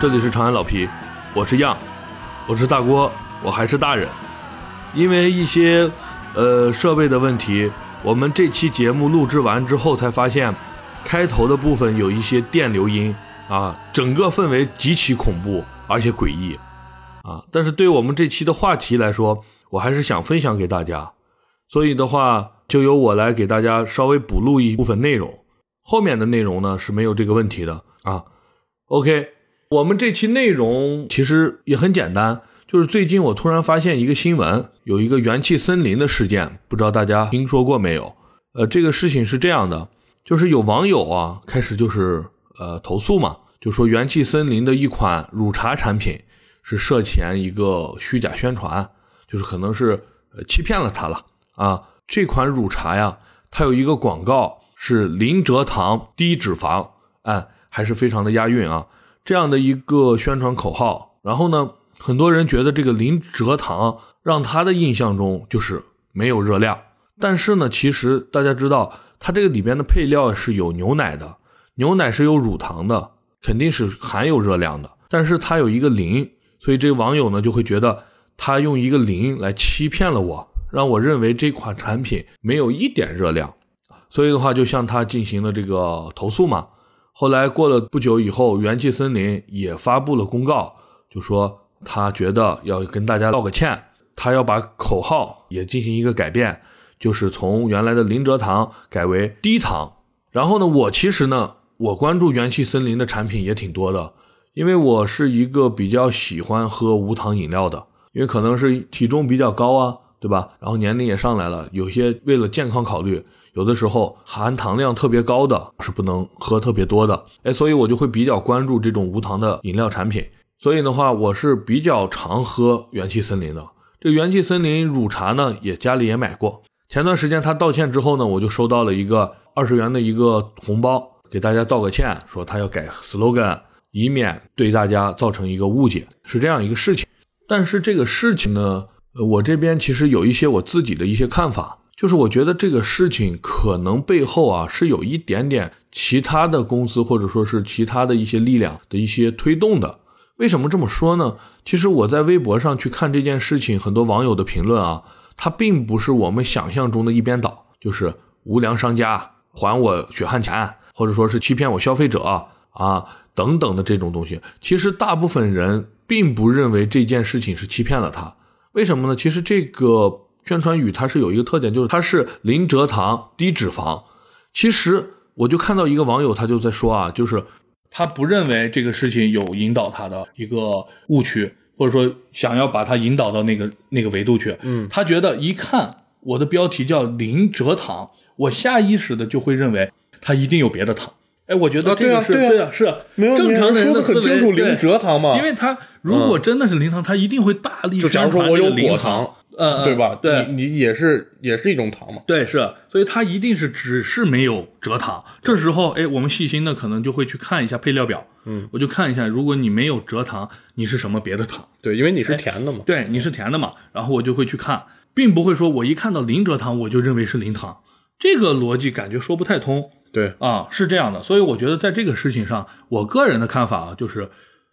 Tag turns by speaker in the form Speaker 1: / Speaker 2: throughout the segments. Speaker 1: 这里是长安老皮，我是样，我是大郭，我还是大人。因为一些呃设备的问题，我们这期节目录制完之后才发现，开头的部分有一些电流音啊，整个氛围极其恐怖而且诡异啊。但是对我们这期的话题来说，我还是想分享给大家，所以的话就由我来给大家稍微补录一部分内容。后面的内容呢是没有这个问题的啊。OK，我们这期内容其实也很简单，就是最近我突然发现一个新闻，有一个元气森林的事件，不知道大家听说过没有？呃，这个事情是这样的，就是有网友啊开始就是呃投诉嘛，就说元气森林的一款乳茶产品是涉嫌一个虚假宣传，就是可能是呃欺骗了他了啊。这款乳茶呀，它有一个广告。是零蔗糖、低脂肪，哎，还是非常的押韵啊！这样的一个宣传口号。然后呢，很多人觉得这个零蔗糖啊让他的印象中就是没有热量，但是呢，其实大家知道，它这个里边的配料是有牛奶的，牛奶是有乳糖的，肯定是含有热量的。但是它有一个零，所以这网友呢就会觉得他用一个零来欺骗了我，让我认为这款产品没有一点热量。所以的话，就向他进行了这个投诉嘛。后来过了不久以后，元气森林也发布了公告，就说他觉得要跟大家道个歉，他要把口号也进行一个改变，就是从原来的零蔗糖改为低糖。然后呢，我其实呢，我关注元气森林的产品也挺多的，因为我是一个比较喜欢喝无糖饮料的，因为可能是体重比较高啊，对吧？然后年龄也上来了，有些为了健康考虑。有的时候含糖量特别高的是不能喝特别多的，哎，所以我就会比较关注这种无糖的饮料产品。所以的话，我是比较常喝元气森林的。这个元气森林乳茶呢，也家里也买过。前段时间他道歉之后呢，我就收到了一个二十元的一个红包，给大家道个歉，说他要改 slogan，以免对大家造成一个误解，是这样一个事情。但是这个事情呢，呃我这边其实有一些我自己的一些看法。就是我觉得这个事情可能背后啊是有一点点其他的公司或者说是其他的一些力量的一些推动的。为什么这么说呢？其实我在微博上去看这件事情，很多网友的评论啊，它并不是我们想象中的一边倒，就是无良商家还我血汗钱，或者说是欺骗我消费者啊等等的这种东西。其实大部分人并不认为这件事情是欺骗了他，为什么呢？其实这个。宣传语它是有一个特点，就是它是零蔗糖、低脂肪。其实我就看到一个网友他就在说啊，就是他不认为这个事情有引导他的一个误区，或者说想要把他引导到那个那个维度去。嗯，他觉得一看我的标题叫零蔗糖，我下意识的就会认为它一定有别的糖。哎，我觉得这个是、
Speaker 2: 啊对啊
Speaker 1: 对啊，是
Speaker 2: 没有
Speaker 1: 正常
Speaker 2: 说
Speaker 1: 人
Speaker 2: 的
Speaker 1: 的
Speaker 2: 很
Speaker 1: 思维
Speaker 2: 清楚，零
Speaker 1: 对
Speaker 2: 蔗糖嘛，嗯
Speaker 1: 因为他如果真的是零糖，他一定会大力
Speaker 2: 就假如
Speaker 1: 宣
Speaker 2: 说
Speaker 1: 传
Speaker 2: 我
Speaker 1: 这
Speaker 2: 有
Speaker 1: 个零
Speaker 2: 果
Speaker 1: 糖，
Speaker 2: 糖，
Speaker 1: 嗯嗯
Speaker 2: 对吧？
Speaker 1: 对
Speaker 2: 你你也是也是一种糖嘛，
Speaker 1: 对，是，所以它一定是只是没有蔗糖。这时候，哎，我们细心的可能就会去看一下配料表，嗯，我就看一下，如果你没有蔗糖，你是什么别的糖？
Speaker 2: 对，因为你是甜的嘛，
Speaker 1: 对，你是哎甜的嘛，然后我就会去看，并不会说我一看到零蔗糖我就认为是零糖，这个逻辑感觉说不太通
Speaker 2: 对，
Speaker 1: 啊，是这样的。所以我觉得在这个事情上，我个人的看法啊，就是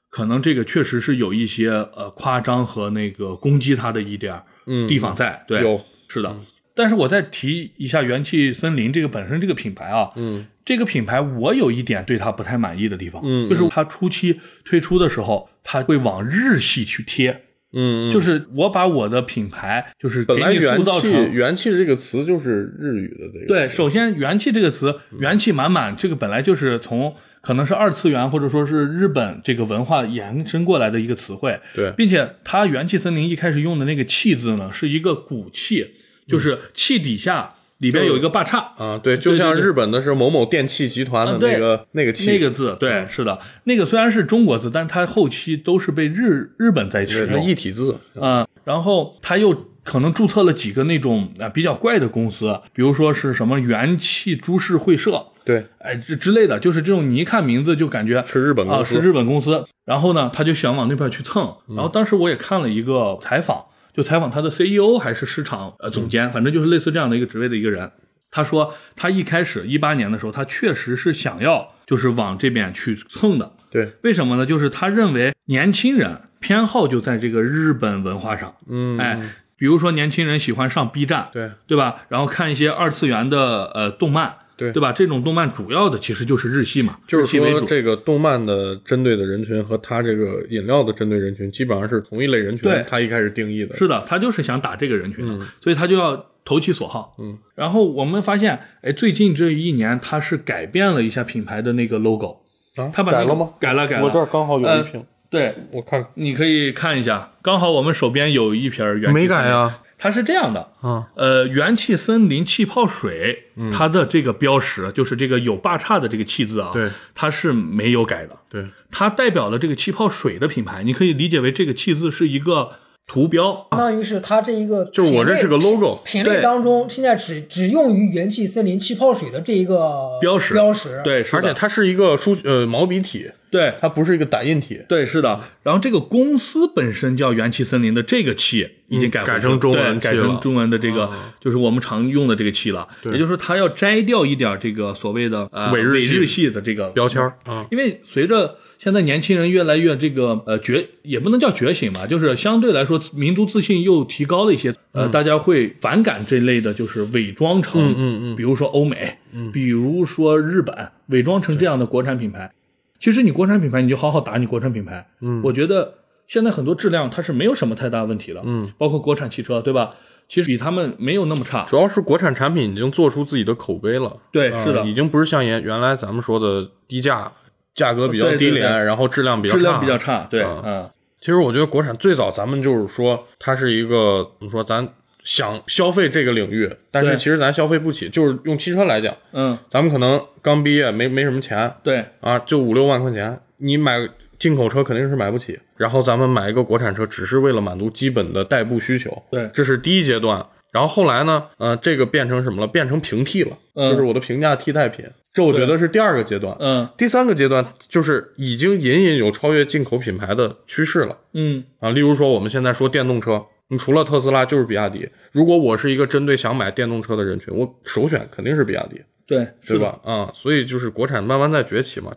Speaker 1: 可能这个确实是有一些呃夸张和那个攻击它的一点儿
Speaker 2: 嗯
Speaker 1: 地方在，对，
Speaker 2: 有，
Speaker 1: 是的，但是我再提一下元气森林这个本身这个品牌啊，
Speaker 2: 嗯
Speaker 1: 这个品牌我有一点对它不太满意的地方，
Speaker 2: 嗯
Speaker 1: 就是它初期推出的时候，它会往日系去贴，
Speaker 2: 嗯，
Speaker 1: 就是是我把我的品牌就是给
Speaker 2: 本来
Speaker 1: 你
Speaker 2: 元
Speaker 1: 塑造
Speaker 2: 气
Speaker 1: 成。
Speaker 2: 元气这个词就是日语的这个
Speaker 1: 对，
Speaker 2: 词
Speaker 1: 首先“元气”这个词，“
Speaker 2: 嗯
Speaker 1: 元气满满”这个本来就是从可能是二次元或者说是日本这个文化延伸过来的一个词汇，
Speaker 2: 对
Speaker 1: 并且它元气森林一开始用的那个“气”字呢，是一个骨气，就是气底下里边有一个霸叉，
Speaker 2: 啊，对，就像
Speaker 1: 对对
Speaker 2: 日本的是某某电器集团的
Speaker 1: 啊对
Speaker 2: 那个那个气，
Speaker 1: 那个字，对，
Speaker 2: 嗯
Speaker 1: 是的，那个虽然是中国字，但是它后期都是被日日本在
Speaker 2: 对
Speaker 1: 使
Speaker 2: 那
Speaker 1: 用，
Speaker 2: 一体字，
Speaker 1: 嗯，然后他又可能注册了几个那种啊、比较怪的公司，比如说是什么元气株式会社，
Speaker 2: 对，
Speaker 1: 哎之之类的，就是这种你一看名字就感觉
Speaker 2: 是日本
Speaker 1: 啊、
Speaker 2: 公
Speaker 1: 是
Speaker 2: 司，嗯
Speaker 1: 日本公司。然后呢，他就想往那边去蹭。然后当时我也看了一个采访，就采访他的 CEO 还是市场呃总监，反正就是类似这样的一个职位的一个人。他说他一开始一八年的时候，他确实是想要就是往这边去蹭的，
Speaker 2: 对，
Speaker 1: 为什么呢？就是他认为年轻人偏好就在这个日本文化上，
Speaker 2: 嗯，
Speaker 1: 哎，比如说年轻人喜欢上 B 站，
Speaker 2: 对
Speaker 1: 对吧？然后看一些二次元的呃动漫，
Speaker 2: 对
Speaker 1: 对吧？这种动漫主要的其实就是日系嘛，
Speaker 2: 就是
Speaker 1: 日系为
Speaker 2: 说
Speaker 1: 主。
Speaker 2: 这个动漫的针对的人群和他这个饮料的针对人群基本上是同一类人群
Speaker 1: 对，
Speaker 2: 他一开始定义的，
Speaker 1: 是的，他就是想打这个人群的，所以他就要投其所好。
Speaker 2: 嗯，
Speaker 1: 然后我们发现，哎，最近这一年他是改变了一下品牌的那个 logo，
Speaker 2: 啊，
Speaker 1: 他把那
Speaker 2: 改
Speaker 1: 个
Speaker 2: 了吗？
Speaker 1: 改了，改了。
Speaker 2: 我这儿刚好有一瓶，
Speaker 1: 对，
Speaker 2: 我看看，
Speaker 1: 你可以看一下，刚好我们手边有一瓶儿元气。
Speaker 2: 没改。啊，
Speaker 1: 它是这样的，
Speaker 2: 啊，
Speaker 1: 呃，元气森林气泡水，
Speaker 2: 嗯
Speaker 1: 它的这个标识就是这个有霸叉的这个气字啊，
Speaker 2: 对，
Speaker 1: 它是没有改的，
Speaker 2: 对，
Speaker 1: 它代表了这个气泡水的品牌，你可以理解为这个气字是一个图标，
Speaker 3: 相当于是它这一个
Speaker 2: 啊就是我
Speaker 3: 品类
Speaker 2: 这是个 logo，
Speaker 3: 品
Speaker 1: 对
Speaker 3: 类当中，现在只只用于元气森林气泡水的这一个
Speaker 1: 标识
Speaker 3: 标识，，
Speaker 1: 对，是
Speaker 2: 而且
Speaker 1: 的，
Speaker 2: 它是一个书呃毛笔体，
Speaker 1: 对，
Speaker 2: 它不是一个打印体，
Speaker 1: 对，是的。然后这个公司本身叫元气森林的这个气已经改、
Speaker 2: 嗯改成中文
Speaker 1: 对改
Speaker 2: 气了哦
Speaker 1: 成中文的这个、就是我们常用的这个气了。也就是说，它要摘掉一点这个所谓的呃
Speaker 2: 伪日系
Speaker 1: 伪日系的这个
Speaker 2: 标签儿啊，
Speaker 1: 因为随着现在年轻人越来越这个呃觉，也不能叫觉醒吧，就是相对来说民族自信又提高了一些，呃，大家会反感这类的，就是伪装成，嗯嗯嗯，比如说欧美，嗯，比如说日本，伪装成这样的国产品牌。其实你国产品牌，你就好好打你国产品牌，嗯，我觉得现在很多质量它是没有什么太大问题的，嗯，包括国产汽车，对吧？其实比他们没有那么差，
Speaker 2: 主要是国产产品已经做出自己的口碑了，
Speaker 1: 对，
Speaker 2: 呃
Speaker 1: 是的，
Speaker 2: 已经不是像原原来咱们说的低价，价格比较
Speaker 1: 对对
Speaker 2: 低廉，
Speaker 1: 对
Speaker 2: 然后质量比较
Speaker 1: 质量
Speaker 2: 差
Speaker 1: 比较差，对，
Speaker 2: 啊
Speaker 1: 嗯，
Speaker 2: 其实我觉得国产最早咱们就是说，它是一个怎么说，咱想消费这个领域，但
Speaker 1: 对
Speaker 2: 是其实咱消费不起。就是用汽车来讲，
Speaker 1: 嗯，
Speaker 2: 咱们可能刚毕业没没什么钱
Speaker 1: 对，
Speaker 2: 啊，就五六万块钱，你买进口车肯定是买不起。然后咱们买一个国产车，只是为了满足基本的代步需求，
Speaker 1: 对
Speaker 2: 这是第一阶段。然后后来呢，呃，这个变成什么了？变成平替了，
Speaker 1: 嗯
Speaker 2: 就是我的平价替代品。这我觉得是第二个阶段。
Speaker 1: 嗯
Speaker 2: 第三个阶段就是已经隐隐有超越进口品牌的趋势了。
Speaker 1: 嗯，
Speaker 2: 啊，例如说我们现在说电动车，你除了特斯拉就是比亚迪。如果我是一个针对想买电动车的人群，我首选肯定是比亚迪，
Speaker 1: 对，
Speaker 2: 对
Speaker 1: 是的，
Speaker 2: 吧？啊、所以就是国产慢慢在崛起嘛。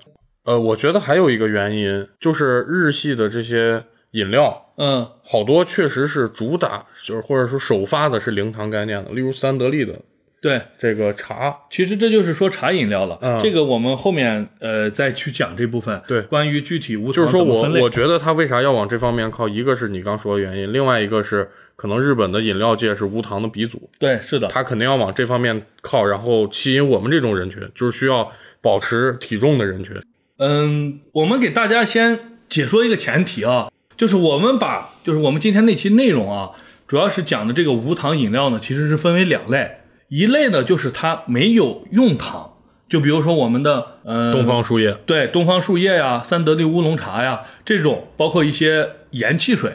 Speaker 2: 呃，我觉得还有一个原因就是日系的这些饮料，
Speaker 1: 嗯。
Speaker 2: 好多确实是主打就是或者说首发的是零糖概念的，例如三得利的
Speaker 1: 对，
Speaker 2: 这个茶，
Speaker 1: 其实这就是说茶饮料了。
Speaker 2: 嗯
Speaker 1: 这个我们后面呃再去讲这部分。
Speaker 2: 对
Speaker 1: 关于具体无
Speaker 2: 就
Speaker 1: 糖
Speaker 2: 是说
Speaker 1: 啊怎么
Speaker 2: 我
Speaker 1: 分类，
Speaker 2: 我觉得它为啥要往这方面靠，一个是你刚说的原因，另外一个是可能日本的饮料界是无糖的鼻祖。
Speaker 1: 对是的，
Speaker 2: 他肯定要往这方面靠，然后吸引我们这种人群，就是需要保持体重的人群。
Speaker 1: 嗯，我们给大家先解说一个前提啊，就是我们把就是我们今天那期内容啊，主要是讲的这个无糖饮料呢，其实是分为两类，一类呢就是它没有用糖，就比如说我们的呃
Speaker 2: 树叶，
Speaker 1: 对，东方树叶呀、三得利乌龙茶呀这种，包括一些盐汽水，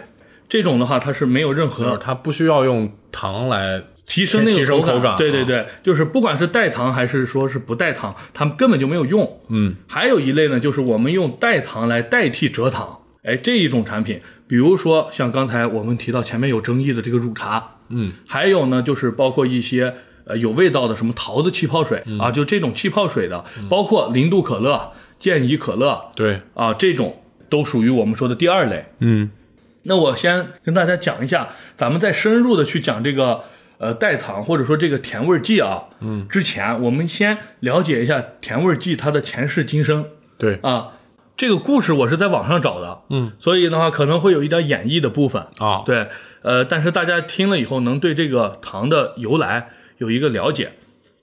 Speaker 1: 这种的话它是没有任
Speaker 2: 就是
Speaker 1: 何
Speaker 2: 它不需要用糖来
Speaker 1: 提升那个
Speaker 2: 提升口感啊嗯
Speaker 1: 对对对，就是不管是代糖还是说是不代糖，它们根本就没有用。嗯，还有一类呢，就是我们用代糖来代替蔗糖，哎，这一种产品，比如说像刚才我们提到前面有争议的这个乳茶，嗯，还有呢就是包括一些。呃，有味道的什么桃子气泡水、
Speaker 2: 嗯
Speaker 1: 啊，就这种气泡水的，包括零度可乐、健怡可乐
Speaker 2: 对，
Speaker 1: 啊，这种都属于我们说的第二类。
Speaker 2: 嗯，
Speaker 1: 那我先跟大家讲一下，咱们再深入的去讲这个呃代糖或者说这个甜味剂啊，嗯，之前我们先了解一下甜味剂它的前世今生
Speaker 2: 对
Speaker 1: 啊。这个故事我是在网上找的，嗯，所以的话可能会有一点演绎的部分
Speaker 2: 啊
Speaker 1: 对，呃，但是大家听了以后能对这个糖的由来有一个了解，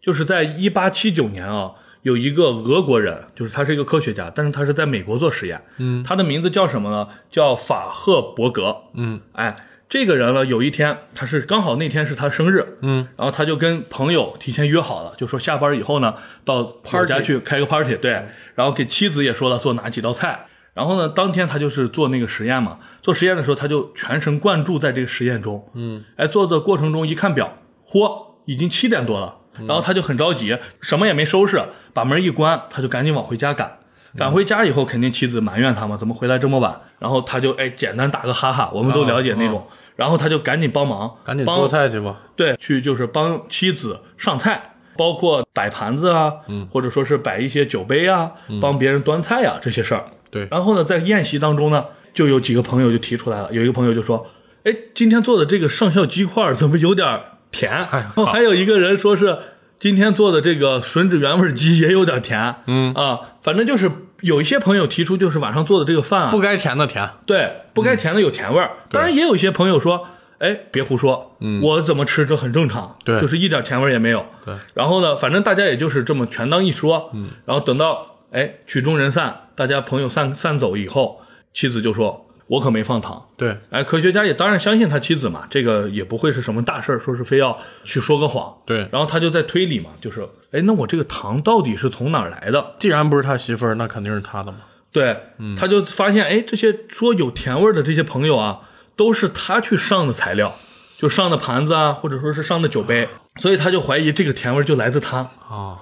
Speaker 1: 就是在一八七九年啊，有一个俄国人，就是他是一个科学家，但是他是在美国做实验，嗯，他的名字叫什么呢？叫法赫伯格，嗯，哎，这个人呢，有一天他是刚好那天是他生日，嗯，然后他就跟朋友提前约好了，就说下班以后呢，到我家去开个 party，对，然后给妻子也说了做哪几道菜。然后呢，当天他就是做那个实验嘛，做实验的时候他就全神贯注在这个实验中，嗯，哎，做的过程中一看表，嚯，已经七点多了，
Speaker 2: 嗯
Speaker 1: 然后他就很着急，什么也没收拾，把门一关，他就赶紧往回家赶。
Speaker 2: 嗯
Speaker 1: 赶回家以后，肯定妻子埋怨他嘛，怎么回来这么晚？然后他就哎简单打个哈哈，我们都了解那种，然后他就赶紧帮忙，
Speaker 2: 啊赶紧
Speaker 1: 帮
Speaker 2: 做菜去吧。
Speaker 1: 对，去就是帮妻子上菜，包括摆盘子啊，嗯，或者说是摆一些酒杯啊，帮别人端菜啊这些事儿。
Speaker 2: 对
Speaker 1: 然后呢，在宴席当中呢，就有几个朋友就提出来了，有一个朋友就说：“哎，今天做的这个上校鸡块儿怎么有点儿甜？”然后还有一个人说是今天做的这个吮指原味鸡也有点甜。嗯啊，反正就是有一些朋友提出，就是晚上做的这个饭啊，
Speaker 2: 不该甜的甜，
Speaker 1: 对，不该甜的有甜味儿。当然，也有一些朋友说，哎，别胡说，我怎么吃这很正常，
Speaker 2: 嗯对
Speaker 1: 就是一点甜味儿也没有。
Speaker 2: 对，
Speaker 1: 然后呢，反正大家也就是这么全当一说，嗯，然后等到哎曲终人散，大家朋友散散走以后，妻子就说。我可没放糖，
Speaker 2: 对，
Speaker 1: 哎，科学家也当然相信他妻子嘛，这个也不会是什么大事儿，说是非要去说个谎，
Speaker 2: 对
Speaker 1: 然后他就在推理嘛，就是，哎，那我这个糖到底是从哪儿来的？
Speaker 2: 既然不是他媳妇儿，那肯定是他的嘛。
Speaker 1: 对，他就发现，哎，这些说有甜味儿的这些朋友啊，都是他去上的材料，就上的盘子啊，或者说是上的酒杯，所以他就怀疑这个甜味儿就来自他。
Speaker 2: 啊，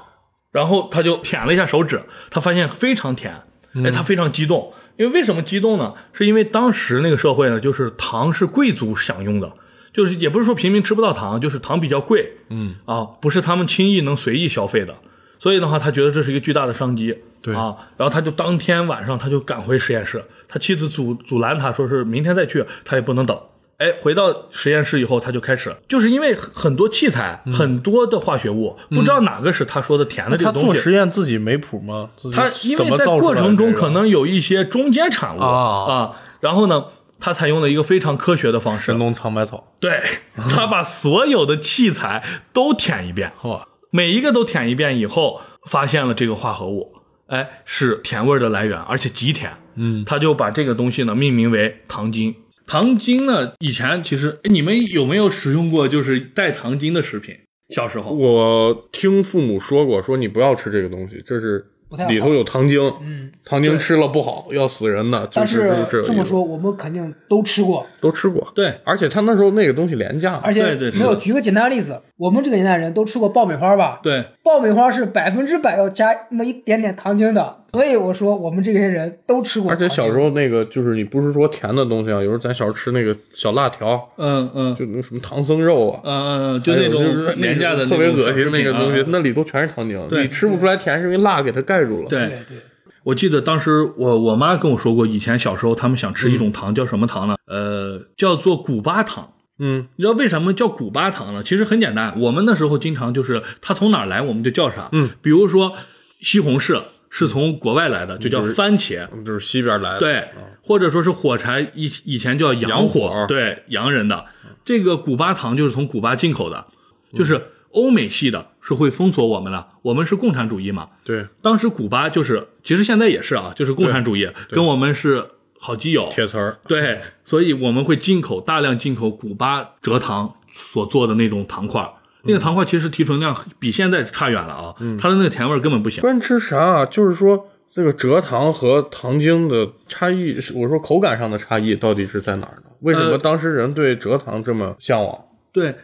Speaker 1: 然后他就舔了一下手指，他发现非常甜，哎，他非常激动，因为为什么激动呢？是因为当时那个社会呢，就是糖是贵族享用的，就是也不是说平民吃不到糖，就是糖比较贵，嗯啊，不是他们轻易能随意消费的，所以的话，他觉得这是一个巨大的商机，
Speaker 2: 对
Speaker 1: 啊，然后他就当天晚上他就赶回实验室，他妻子阻阻拦他说是明天再去，他也不能等。哎，回到实验室以后，他就开始，就是因为很多器材、很多的化学物，不知道哪个是他说的甜的这
Speaker 2: 他
Speaker 1: 个东
Speaker 2: 做
Speaker 1: 西。
Speaker 2: 实验自己没谱吗？自己
Speaker 1: 他因
Speaker 2: 怎
Speaker 1: 为
Speaker 2: 么
Speaker 1: 在
Speaker 2: 造出
Speaker 1: 过
Speaker 2: 来
Speaker 1: 程中
Speaker 2: 这个
Speaker 1: 可能有一些中间产物
Speaker 2: 啊
Speaker 1: 啊，然后呢，他采用了一个非常科学的方式
Speaker 2: 神，农尝百草，
Speaker 1: 对他把所有的器材都舔一遍，
Speaker 2: 好吧，
Speaker 1: 每一个都舔一遍以后，发现了这个化合物，哎，是甜味儿的来源，而且极甜。嗯，他就把这个东西呢命名为糖精。糖精呢，以前其实哎你们有没有使用过就是带糖精的食品？小时候，
Speaker 2: 我听父母说过，说你不要吃这个东西，这是
Speaker 3: 不太好
Speaker 2: 里头有糖精，
Speaker 3: 嗯，
Speaker 2: 糖精吃了不好，要死人的。
Speaker 3: 但
Speaker 2: 就是是这
Speaker 3: 这
Speaker 2: 个意
Speaker 3: 么
Speaker 2: 思
Speaker 3: 说，我们肯定都吃过，
Speaker 2: 都吃过，
Speaker 1: 对
Speaker 2: 而且他那时候那个东西廉价，
Speaker 3: 而且
Speaker 1: 对对是
Speaker 3: 没有
Speaker 1: 的
Speaker 3: 举个简单的例子，我们这个年代人都吃过爆米花吧？
Speaker 1: 对，
Speaker 3: 爆米花是百分之百要加那么一点点糖精的，所以我说我们这些人都吃过
Speaker 2: 而
Speaker 3: 糖精。
Speaker 2: 且小时候那个就是你不是说甜的东西啊，有时候咱小时候吃那个小辣条，
Speaker 1: 嗯嗯
Speaker 2: 就那个什么唐僧肉啊，
Speaker 1: 嗯嗯，就那
Speaker 2: 还有就是
Speaker 1: 种廉价的
Speaker 2: 特别恶心
Speaker 1: 那
Speaker 2: 那个东西，那
Speaker 1: 那
Speaker 2: 里头全是糖精，
Speaker 1: 啊嗯对
Speaker 2: 你吃不出来甜是因为辣给它盖住了。
Speaker 1: 对
Speaker 3: 对，对，
Speaker 1: 我记得当时我我妈跟我说过，以前小时候他们想吃一种糖，叫什么糖呢？呃，叫做古巴糖。
Speaker 2: 嗯，
Speaker 1: 你知道为什么叫古巴糖呢？其实很简单，我们那时候经常就是它从哪儿来我们就叫啥。嗯，比如说西红柿是从国外来的，就叫番茄。
Speaker 2: 就是西边来的。
Speaker 1: 对，或者说是火柴，以以前叫洋
Speaker 2: 洋火
Speaker 1: 对洋人的这个古巴糖就是从古巴进口的，就是欧美系的是会封锁我们的，我们是共产主义嘛，
Speaker 2: 对，
Speaker 1: 当时古巴就是，其实现在也是啊，就是共产主义，跟我们是好基友。
Speaker 2: 铁丝儿，
Speaker 1: 对，所以我们会进口大量进口古巴蔗糖所做的那种糖块儿，那个糖块其实提纯量比现在差远了啊，它的那个甜味儿根本不行。
Speaker 2: 关键吃啥、啊？就是说这个蔗糖和糖精的差异，是我说口感上的差异到底是在哪儿呢？为什么
Speaker 1: 呃
Speaker 2: 当时人对蔗糖这么向往
Speaker 1: 对，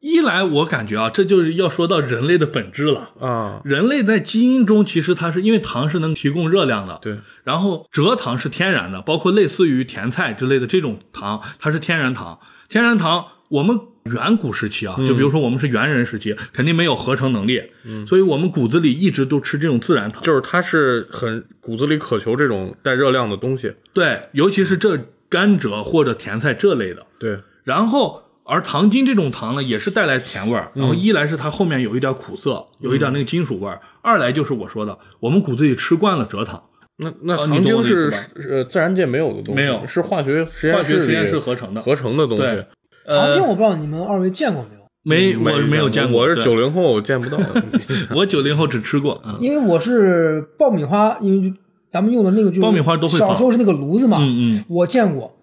Speaker 1: 一来我感觉啊，这就是要说到人类的本质了。
Speaker 2: 啊？
Speaker 1: 人类在基因中其实它是因为糖是能提供热量的，
Speaker 2: 对，
Speaker 1: 然后蔗糖是天然的，包括类似于甜菜之类的这种糖，它是天然糖。天然糖，我们远古时期啊，就比如说我们是猿人时期，肯定没有合成能力，所以我们骨子里一直都吃这种自然糖。
Speaker 2: 就是他是很骨子里渴求这种带热量的东西。
Speaker 1: 对，尤其是这甘蔗或者甜菜这类的。
Speaker 2: 对，
Speaker 1: 然后，而糖精这种糖呢，也是带来甜味儿。然后，一来是它后面有一点苦涩，有一点那个金属味儿；二来就是我说的，我们骨子里吃惯了蔗糖，
Speaker 2: 那那
Speaker 1: 啊
Speaker 2: 糖
Speaker 1: 你懂
Speaker 2: 精
Speaker 1: 我的
Speaker 2: 是
Speaker 1: 意思
Speaker 2: 是呃自然界没有的东西，
Speaker 1: 没有
Speaker 2: 是化学实验
Speaker 1: 化学实验
Speaker 2: 里
Speaker 1: 室合成的。
Speaker 2: 合成的东西
Speaker 1: 对。呃
Speaker 3: 糖
Speaker 2: 呃
Speaker 3: 精我不知道你们二位见过没有，
Speaker 1: 没，我没有见过。
Speaker 2: 我是
Speaker 1: 对
Speaker 2: 九零后，我见不到。
Speaker 1: 我九零后只吃过，嗯
Speaker 3: 因为我是爆米花，因为咱们用的那个就是
Speaker 1: 爆米花都会放
Speaker 3: 小时候是那个炉子嘛，
Speaker 1: 嗯嗯，
Speaker 3: 我见过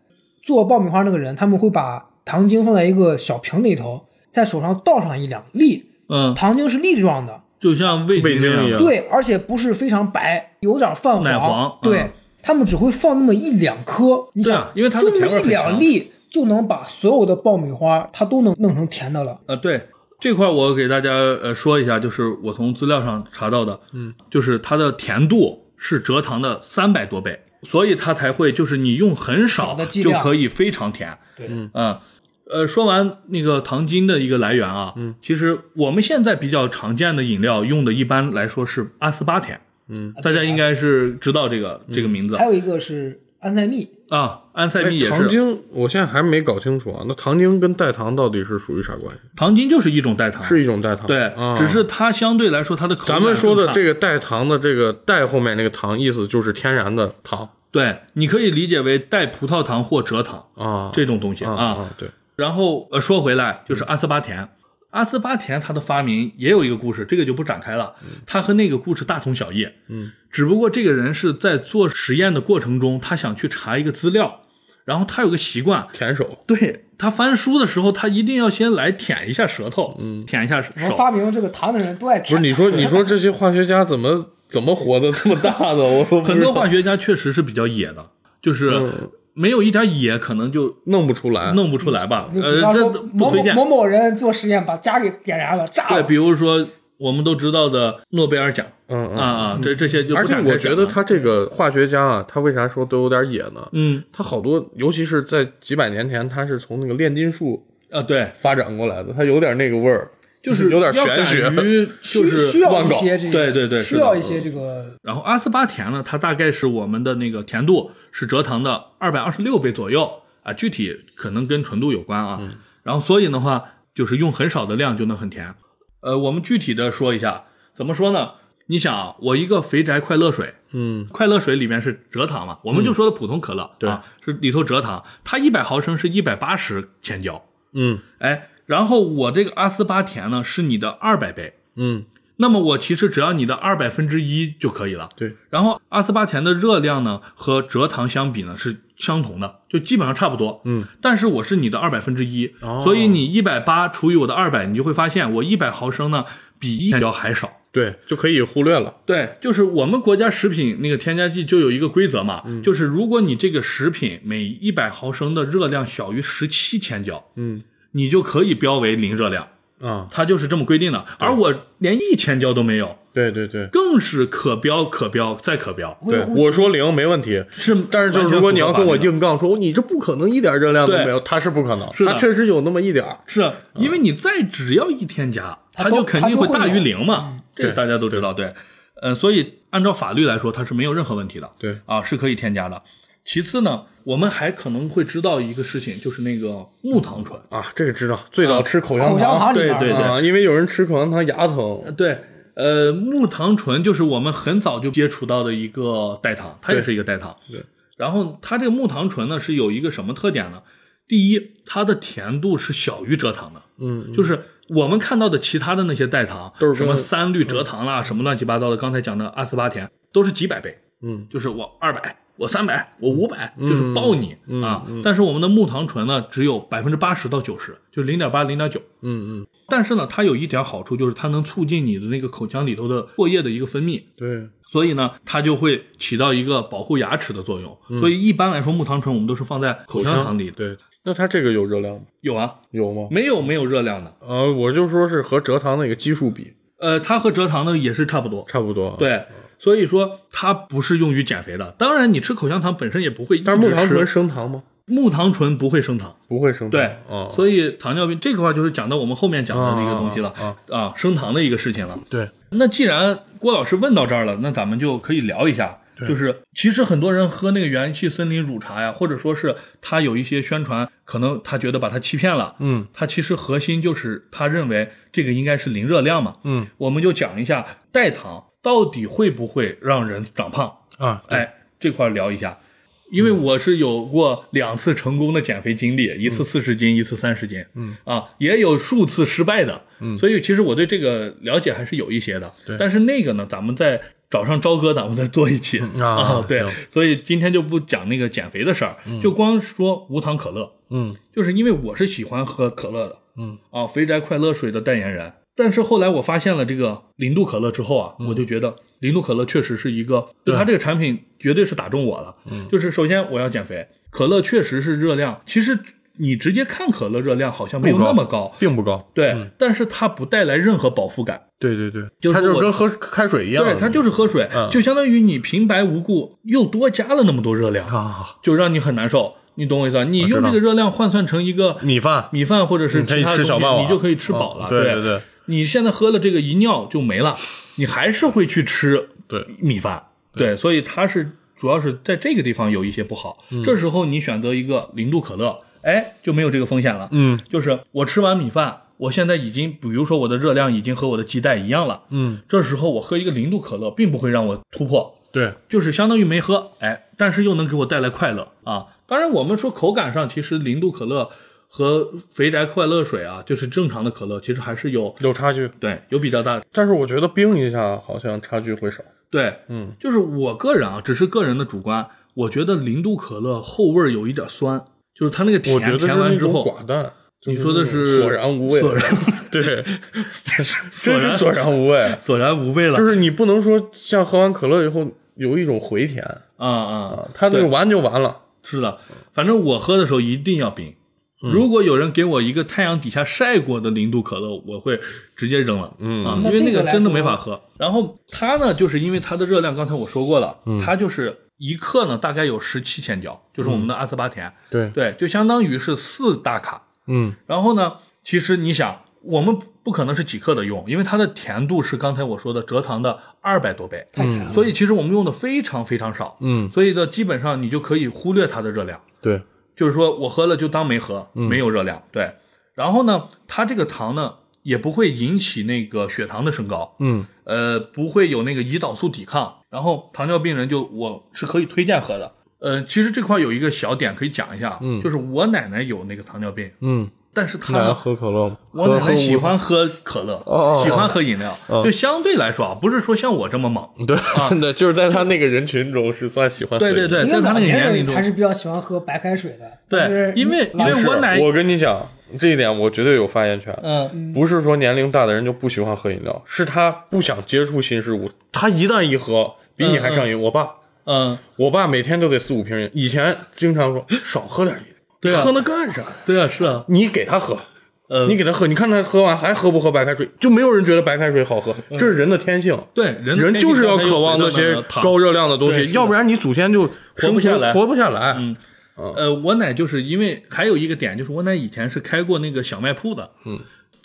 Speaker 3: 做爆米花那个人，他们会把糖精放在一个小瓶里头，在手上倒上一两粒，
Speaker 1: 嗯，
Speaker 3: 糖精是粒状的，
Speaker 1: 就像味
Speaker 2: 味精
Speaker 1: 那
Speaker 2: 一
Speaker 1: 样，
Speaker 2: 样，
Speaker 3: 对，而且不是非常白，有点泛黄。
Speaker 1: 奶黄
Speaker 3: 对、
Speaker 1: 嗯
Speaker 3: 他们只会放那么一两颗，你
Speaker 1: 对
Speaker 3: 想，
Speaker 1: 啊因为它的
Speaker 3: 就那
Speaker 1: 甜味儿
Speaker 3: 么一
Speaker 1: 很
Speaker 3: 两
Speaker 1: 强
Speaker 3: 粒就能把所有的爆米花它都能弄成甜的了。
Speaker 1: 呃，对这块我给大家呃说一下，就是我从资料上查到的，嗯，就是它的甜度是蔗糖的三百多倍，所以它才会就是你用很
Speaker 3: 少
Speaker 1: 少
Speaker 3: 的剂
Speaker 1: 就
Speaker 3: 量
Speaker 1: 可以非常甜，
Speaker 3: 对，
Speaker 1: 嗯。呃，说完那个糖精的一个来源啊，嗯，其实我们现在比较常见的饮料用的，一般来说是阿斯巴甜，大家应该是知道这
Speaker 2: 嗯
Speaker 1: 个这个名字
Speaker 3: 还有一个是安赛密，
Speaker 1: 啊。安赛密也
Speaker 2: 哎糖
Speaker 1: 是，
Speaker 2: 精，我现在还没搞清楚啊。那糖精跟代糖到底是属于啥关系？
Speaker 1: 糖精就是一种代糖，
Speaker 2: 是一种代糖，
Speaker 1: 对
Speaker 2: 啊、，
Speaker 1: 只是它相对来说它的口
Speaker 2: 咱们
Speaker 1: 感
Speaker 2: 说的
Speaker 1: 更差
Speaker 2: 这个代糖的这个代后面那个糖，意思就是天然的糖
Speaker 1: 对，你可以理解为代葡萄糖或蔗糖
Speaker 2: 啊，
Speaker 1: 这种东西
Speaker 2: 啊
Speaker 1: 啊。
Speaker 2: 啊，对，
Speaker 1: 然后呃，说回来就是阿斯巴甜，阿斯巴甜它的发明也有一个故事，这个就不展开了，它和那个故事大同小异。
Speaker 2: 嗯，
Speaker 1: 只不过这个人是在做实验的过程中，他想去查一个资料，然后他有个习惯，
Speaker 2: 舔手，
Speaker 1: 对他翻书的时候，他一定要先来舔一下舌头，嗯，舔一下手。
Speaker 3: 能发明这个糖的人都爱
Speaker 2: 不
Speaker 3: 吃
Speaker 2: 是。你说你说这些化学家怎么怎么活得这么大的？我都不知道
Speaker 1: 很多化学家确实是比较野的，就是
Speaker 2: 嗯
Speaker 1: 没有一点野，可能就
Speaker 2: 弄不出来，
Speaker 1: 弄不出来吧。
Speaker 2: 嗯
Speaker 3: 就
Speaker 1: 呃
Speaker 3: 比，方
Speaker 1: 这
Speaker 3: 说
Speaker 1: 不
Speaker 3: 某
Speaker 1: 推
Speaker 3: 某
Speaker 1: 荐。
Speaker 3: 某某人做实验把家给点燃了，炸
Speaker 1: 对，
Speaker 3: 了。
Speaker 1: 比如说我们都知道的诺贝尔奖
Speaker 2: 嗯
Speaker 1: 啊
Speaker 2: 嗯。
Speaker 1: 啊，这这些就
Speaker 2: 而
Speaker 1: 不
Speaker 2: 且
Speaker 1: 展开
Speaker 2: 我觉
Speaker 1: 讲
Speaker 2: 得
Speaker 1: 了
Speaker 2: 他这个化学家啊，他为啥说都有点野呢？
Speaker 1: 嗯
Speaker 2: 他好多，尤其是在几百年前，他是从那个炼金术
Speaker 1: 啊，对，
Speaker 2: 发展过来的，他有点那个味儿，
Speaker 1: 就是
Speaker 2: 有点
Speaker 1: 要
Speaker 2: 玄学
Speaker 1: 敢。于就
Speaker 3: 需需
Speaker 1: 是。
Speaker 3: 要
Speaker 2: 乱
Speaker 3: 一
Speaker 2: 搞
Speaker 3: 些这个，
Speaker 1: 对对对是
Speaker 3: 需
Speaker 1: 的
Speaker 3: 要一些这个
Speaker 1: 然后阿斯巴甜呢，它大概是我们的那个甜度是蔗糖的二百二十六倍左右啊，具体可能跟纯度有关啊。
Speaker 2: 嗯
Speaker 1: 然后所以的话，就是用很少的量就能很甜。呃，我们具体的说一下，怎么说呢？你想啊，我一个肥宅快乐水，
Speaker 2: 嗯，
Speaker 1: 快乐水里面是蔗糖嘛，我们就说的普通可乐，
Speaker 2: 对
Speaker 1: 啊，是里头蔗糖，它一百毫升是一百八十千焦，
Speaker 2: 嗯
Speaker 1: 哎，然后我这个阿斯巴甜呢是你的二百倍，
Speaker 2: 嗯，
Speaker 1: 那么我其实只要你的二百分之一就可以了。
Speaker 2: 对，
Speaker 1: 然后阿斯巴甜的热量呢和蔗糖相比呢是相同的，就基本上差不多。
Speaker 2: 嗯，
Speaker 1: 但是我是你的二百分之一，
Speaker 2: 哦
Speaker 1: 所以你一百八除以我的二百，你就会发现我一百毫升呢比一千焦还少。
Speaker 2: 对，就可以忽略了。
Speaker 1: 对，就是我们国家食品那个添加剂就有一个规则嘛，
Speaker 2: 嗯
Speaker 1: 就是如果你这个食品每一百毫升的热量小于十七千焦，
Speaker 2: 嗯
Speaker 1: 你就可以标为零热量，
Speaker 2: 啊，
Speaker 1: 它就是这么规定的。而我连一千焦都没有，
Speaker 2: 对对对
Speaker 1: 更是可标可标再可标，
Speaker 3: 微
Speaker 2: 对，
Speaker 3: 乎
Speaker 2: 我说零没问题，
Speaker 1: 是。
Speaker 2: 但是就是如果你要跟我。硬杠说哦你这不可能一点热量都没有，他是不可能，
Speaker 1: 是的
Speaker 2: 他确实有那么一点儿。
Speaker 1: 是因为你再只要一添加，
Speaker 3: 它
Speaker 1: 它就
Speaker 3: 都
Speaker 1: 肯
Speaker 3: 它
Speaker 1: 定
Speaker 3: 都
Speaker 1: 会
Speaker 3: 会
Speaker 1: 大
Speaker 3: 有
Speaker 1: 于零嘛，这个
Speaker 2: 对
Speaker 1: 大家都知道，对，嗯，所以按照法律来说，它是没有任何问题的，
Speaker 2: 对
Speaker 1: 啊，是可以添加的。其次呢，我们还可能会知道一个事情，就是那个木糖醇，
Speaker 2: 啊，这个知道，最早吃口香
Speaker 3: 口香糖里
Speaker 1: 对
Speaker 3: 边儿
Speaker 1: 对
Speaker 3: 啊
Speaker 2: 啊，因为有人吃口香糖牙疼。
Speaker 1: 对，呃，木糖醇就是我们很早就接触到的一个代糖，它也是一个代糖。
Speaker 2: 对
Speaker 1: 然后它这个木糖醇呢是有一个什么特点呢？第一，它的甜度是小于蔗糖的，
Speaker 2: 嗯，
Speaker 1: 就是我们看到的其他的那些代糖，
Speaker 2: 都是
Speaker 1: 什么
Speaker 2: 跟嗯
Speaker 1: 三氯蔗糖啦，什么乱七八糟的，刚才讲的阿斯巴甜都是几百倍，
Speaker 2: 嗯，
Speaker 1: 就是我二百，我三百，我五百，就是爆你、
Speaker 2: 嗯
Speaker 1: 啊！但是我们的木糖醇呢，只有百分之八十到九十，就零点八、零点九。
Speaker 2: 嗯嗯，
Speaker 1: 但是呢，它有一点好处，就是它能促进你的那个口腔里头的唾液的一个分泌，
Speaker 2: 对，
Speaker 1: 所以呢，它就会起到一个保护牙齿的作用。
Speaker 2: 嗯
Speaker 1: 所以一般来说，木糖醇我们都是放在口香糖里的。
Speaker 2: 对，那它这个有热量吗？
Speaker 1: 有啊，
Speaker 2: 有吗？
Speaker 1: 没有没有热量的。
Speaker 2: 呃，我就说是和蔗糖那个基数比
Speaker 1: 呃，它和蔗糖呢也是差不多。
Speaker 2: 差不多。，啊
Speaker 1: 对，所以说它不是用于减肥的。当然，你吃口香糖本身也不会一直吃。
Speaker 2: 但是嗯木糖醇升糖吗？
Speaker 1: 木糖醇不会升糖。哦
Speaker 2: 不会升糖。
Speaker 1: 对，
Speaker 2: 啊，
Speaker 1: 所以糖尿病这块就是讲到我们后面讲的那个东西了
Speaker 2: 啊啊
Speaker 1: 啊，升糖的一个事情了。
Speaker 2: 对，
Speaker 1: 那既然郭老师问到这儿了，那咱们就可以聊一下，就是其实很多人喝那个元气森林乳茶呀，或者说是他有一些宣传，可能他觉得把他欺骗了，
Speaker 2: 嗯
Speaker 1: 他其实核心就是他认为这个应该是零热量嘛。
Speaker 2: 嗯
Speaker 1: 我们就讲一下代糖到底会不会让人长胖，
Speaker 2: 啊，对
Speaker 1: 哎，这块儿聊一下。因为我是有过两次成功的减肥经历，一次四十斤，一次三十斤，嗯啊，也有数次失败的，嗯，所以其实我对这个了解还是有一些的，对但是那个呢，咱们再找上朝哥，咱们再做一期、
Speaker 2: 啊
Speaker 1: 哦对
Speaker 2: 行，
Speaker 1: 所以今天就不讲那个减肥的事儿，就光说无糖可乐，
Speaker 2: 嗯
Speaker 1: 就是因为我是喜欢喝可乐的，
Speaker 2: 嗯，
Speaker 1: 啊，肥宅快乐水的代言人。但是后来我发现了这个零度可乐之后啊，
Speaker 2: 嗯
Speaker 1: 我就觉得零度可乐确实是一个，就它这个产品绝对是打中我了。嗯，就是首先我要减肥，可乐确实是热量，其实你直接看可乐热量好像没有
Speaker 2: 不高嗯
Speaker 1: 那么高，
Speaker 2: 并不高。
Speaker 1: 对，但是它不带来任何饱腹感，
Speaker 2: 对对对，
Speaker 1: 就是
Speaker 2: 它就是
Speaker 1: 我
Speaker 2: 跟喝开水一样。嗯
Speaker 1: 对，它就是喝水，就相当于你平白无故又多加了那么多热量，
Speaker 2: 啊，
Speaker 1: 就让你很难受。你懂我意思吧？你
Speaker 2: 知
Speaker 1: 用
Speaker 2: 道
Speaker 1: 这个热量换算成一个
Speaker 2: 米饭。
Speaker 1: 米饭或者是
Speaker 2: 你嗯可以
Speaker 1: 其他
Speaker 2: 吃
Speaker 1: 东西
Speaker 2: 小霸王
Speaker 1: 你就可以吃饱了。
Speaker 2: 嗯对
Speaker 1: 对
Speaker 2: 对对
Speaker 1: 你现在喝了这个一尿就没了，你还是会去吃
Speaker 2: 对
Speaker 1: 米饭。对，所以它是主要是在这个地方有一些不好。
Speaker 2: 嗯
Speaker 1: 这时候你选择一个零度可乐，哎，就没有这个风险了。
Speaker 2: 嗯，
Speaker 1: 就是我吃完米饭，我现在已经，比如说我的热量已经和我的鸡蛋一样了。
Speaker 2: 嗯，
Speaker 1: 这时候我喝一个零度可乐，并不会让我突破，
Speaker 2: 对，
Speaker 1: 就是相当于没喝，哎，但是又能给我带来快乐啊。当然，我们说口感上，其实零度可乐和肥宅快乐水啊，就是正常的可乐，其实还是有
Speaker 2: 有差距。
Speaker 1: 对有比较大的
Speaker 2: 但是我觉得冰一下好像差距会少。
Speaker 1: 对，
Speaker 2: 嗯，
Speaker 1: 就是我个人啊，只是个人的主观，我觉得零度可乐后味儿有一点酸，就是它那个
Speaker 2: 我觉
Speaker 1: 甜
Speaker 2: 得是
Speaker 1: 甜
Speaker 2: 那
Speaker 1: 完之
Speaker 2: 种
Speaker 1: 后，
Speaker 2: 寡淡。
Speaker 1: 你
Speaker 2: 就
Speaker 1: 说的
Speaker 2: 那种
Speaker 1: 是
Speaker 2: 索然无味，
Speaker 1: 索然
Speaker 2: 对，真是
Speaker 1: 然
Speaker 2: 索然无味。啊
Speaker 1: 索然无味了，
Speaker 2: 就是你不能说像喝完可乐以后有一种回甜
Speaker 1: 啊啊、
Speaker 2: 啊，它那个
Speaker 1: 对
Speaker 2: 完就完了。
Speaker 1: 是的，反正我喝的时候一定要冰。如果有人给我一个太阳底下晒过的零度可乐，我会直接扔了，嗯啊，
Speaker 3: 那
Speaker 1: 因为那
Speaker 3: 这个来
Speaker 1: 真的
Speaker 3: 说
Speaker 1: 没法喝。然后它呢，就是因为它的热量，刚才我说过了，它就是一克呢大概有十七千焦，就是我们的阿斯巴甜，
Speaker 2: 对，
Speaker 1: 对，就相当于是四大卡，
Speaker 2: 嗯，
Speaker 1: 然后呢，其实你想，我们不可能是几克的用，因为它的甜度是刚才我说的蔗糖的二百多倍，
Speaker 3: 太甜了。
Speaker 1: 所以其实我们用的非常非常少。
Speaker 2: 嗯
Speaker 1: 所以呢，基本上你就可以忽略它的热量，
Speaker 2: 对，
Speaker 1: 就是说我喝了就当没喝，没有热量。对，然后呢，它这个糖呢也不会引起那个血糖的升高，
Speaker 2: 嗯，
Speaker 1: 呃，不会有那个胰岛素抵抗，然后糖尿病人就我是可以推荐喝的。呃，其实这块有一个小点可以讲一下，嗯就是我奶奶有那个糖尿病，
Speaker 2: 嗯，
Speaker 1: 但是她
Speaker 2: 奶奶
Speaker 1: 呢
Speaker 2: 喝可乐吗？
Speaker 1: 我奶奶喜欢喝可乐，
Speaker 2: 哦哦
Speaker 1: 喜欢喝饮料，就相对来说啊，不是说像我这么猛。
Speaker 2: 对， 那就是在他那个人群中是算喜欢喝
Speaker 1: 对
Speaker 2: 饮料。
Speaker 1: 啊对对，
Speaker 3: 应
Speaker 1: 在
Speaker 3: 该
Speaker 1: 她
Speaker 3: 老
Speaker 1: 那个
Speaker 3: 年
Speaker 1: 年龄
Speaker 3: 人
Speaker 1: 中
Speaker 3: 还，是比较喜欢喝白开水的。
Speaker 1: 对
Speaker 3: 但是
Speaker 1: 因为
Speaker 3: 老
Speaker 1: 因为
Speaker 2: 是
Speaker 1: 我奶
Speaker 2: 我跟你讲，这一点我绝对有发言权。
Speaker 1: 嗯，
Speaker 2: 不是说年龄大的人就不喜欢喝饮料，是他不想接触新事物。他一旦一喝，比你还上瘾。我爸，
Speaker 1: 嗯，
Speaker 2: 我爸每天都得四五瓶饮，以前经常说哎少喝点饮料，
Speaker 1: 对啊
Speaker 2: 喝那干啥？
Speaker 1: 对啊，是啊，
Speaker 2: 你给他喝，
Speaker 1: 嗯
Speaker 2: 你给他喝，你看他喝完还喝不喝白开水？就没有人觉得白开水好喝，这是人的天性。
Speaker 1: 对嗯人
Speaker 2: 人就是要渴望那
Speaker 1: 那
Speaker 2: 些高。热量的东
Speaker 1: 对是
Speaker 2: 西，
Speaker 1: 的
Speaker 2: 要不然你祖先就
Speaker 1: 活不下来
Speaker 2: 生活不下来。
Speaker 1: 嗯呃，我奶就是因为还有一个点，就是我奶以前是开过那个小卖铺的，嗯，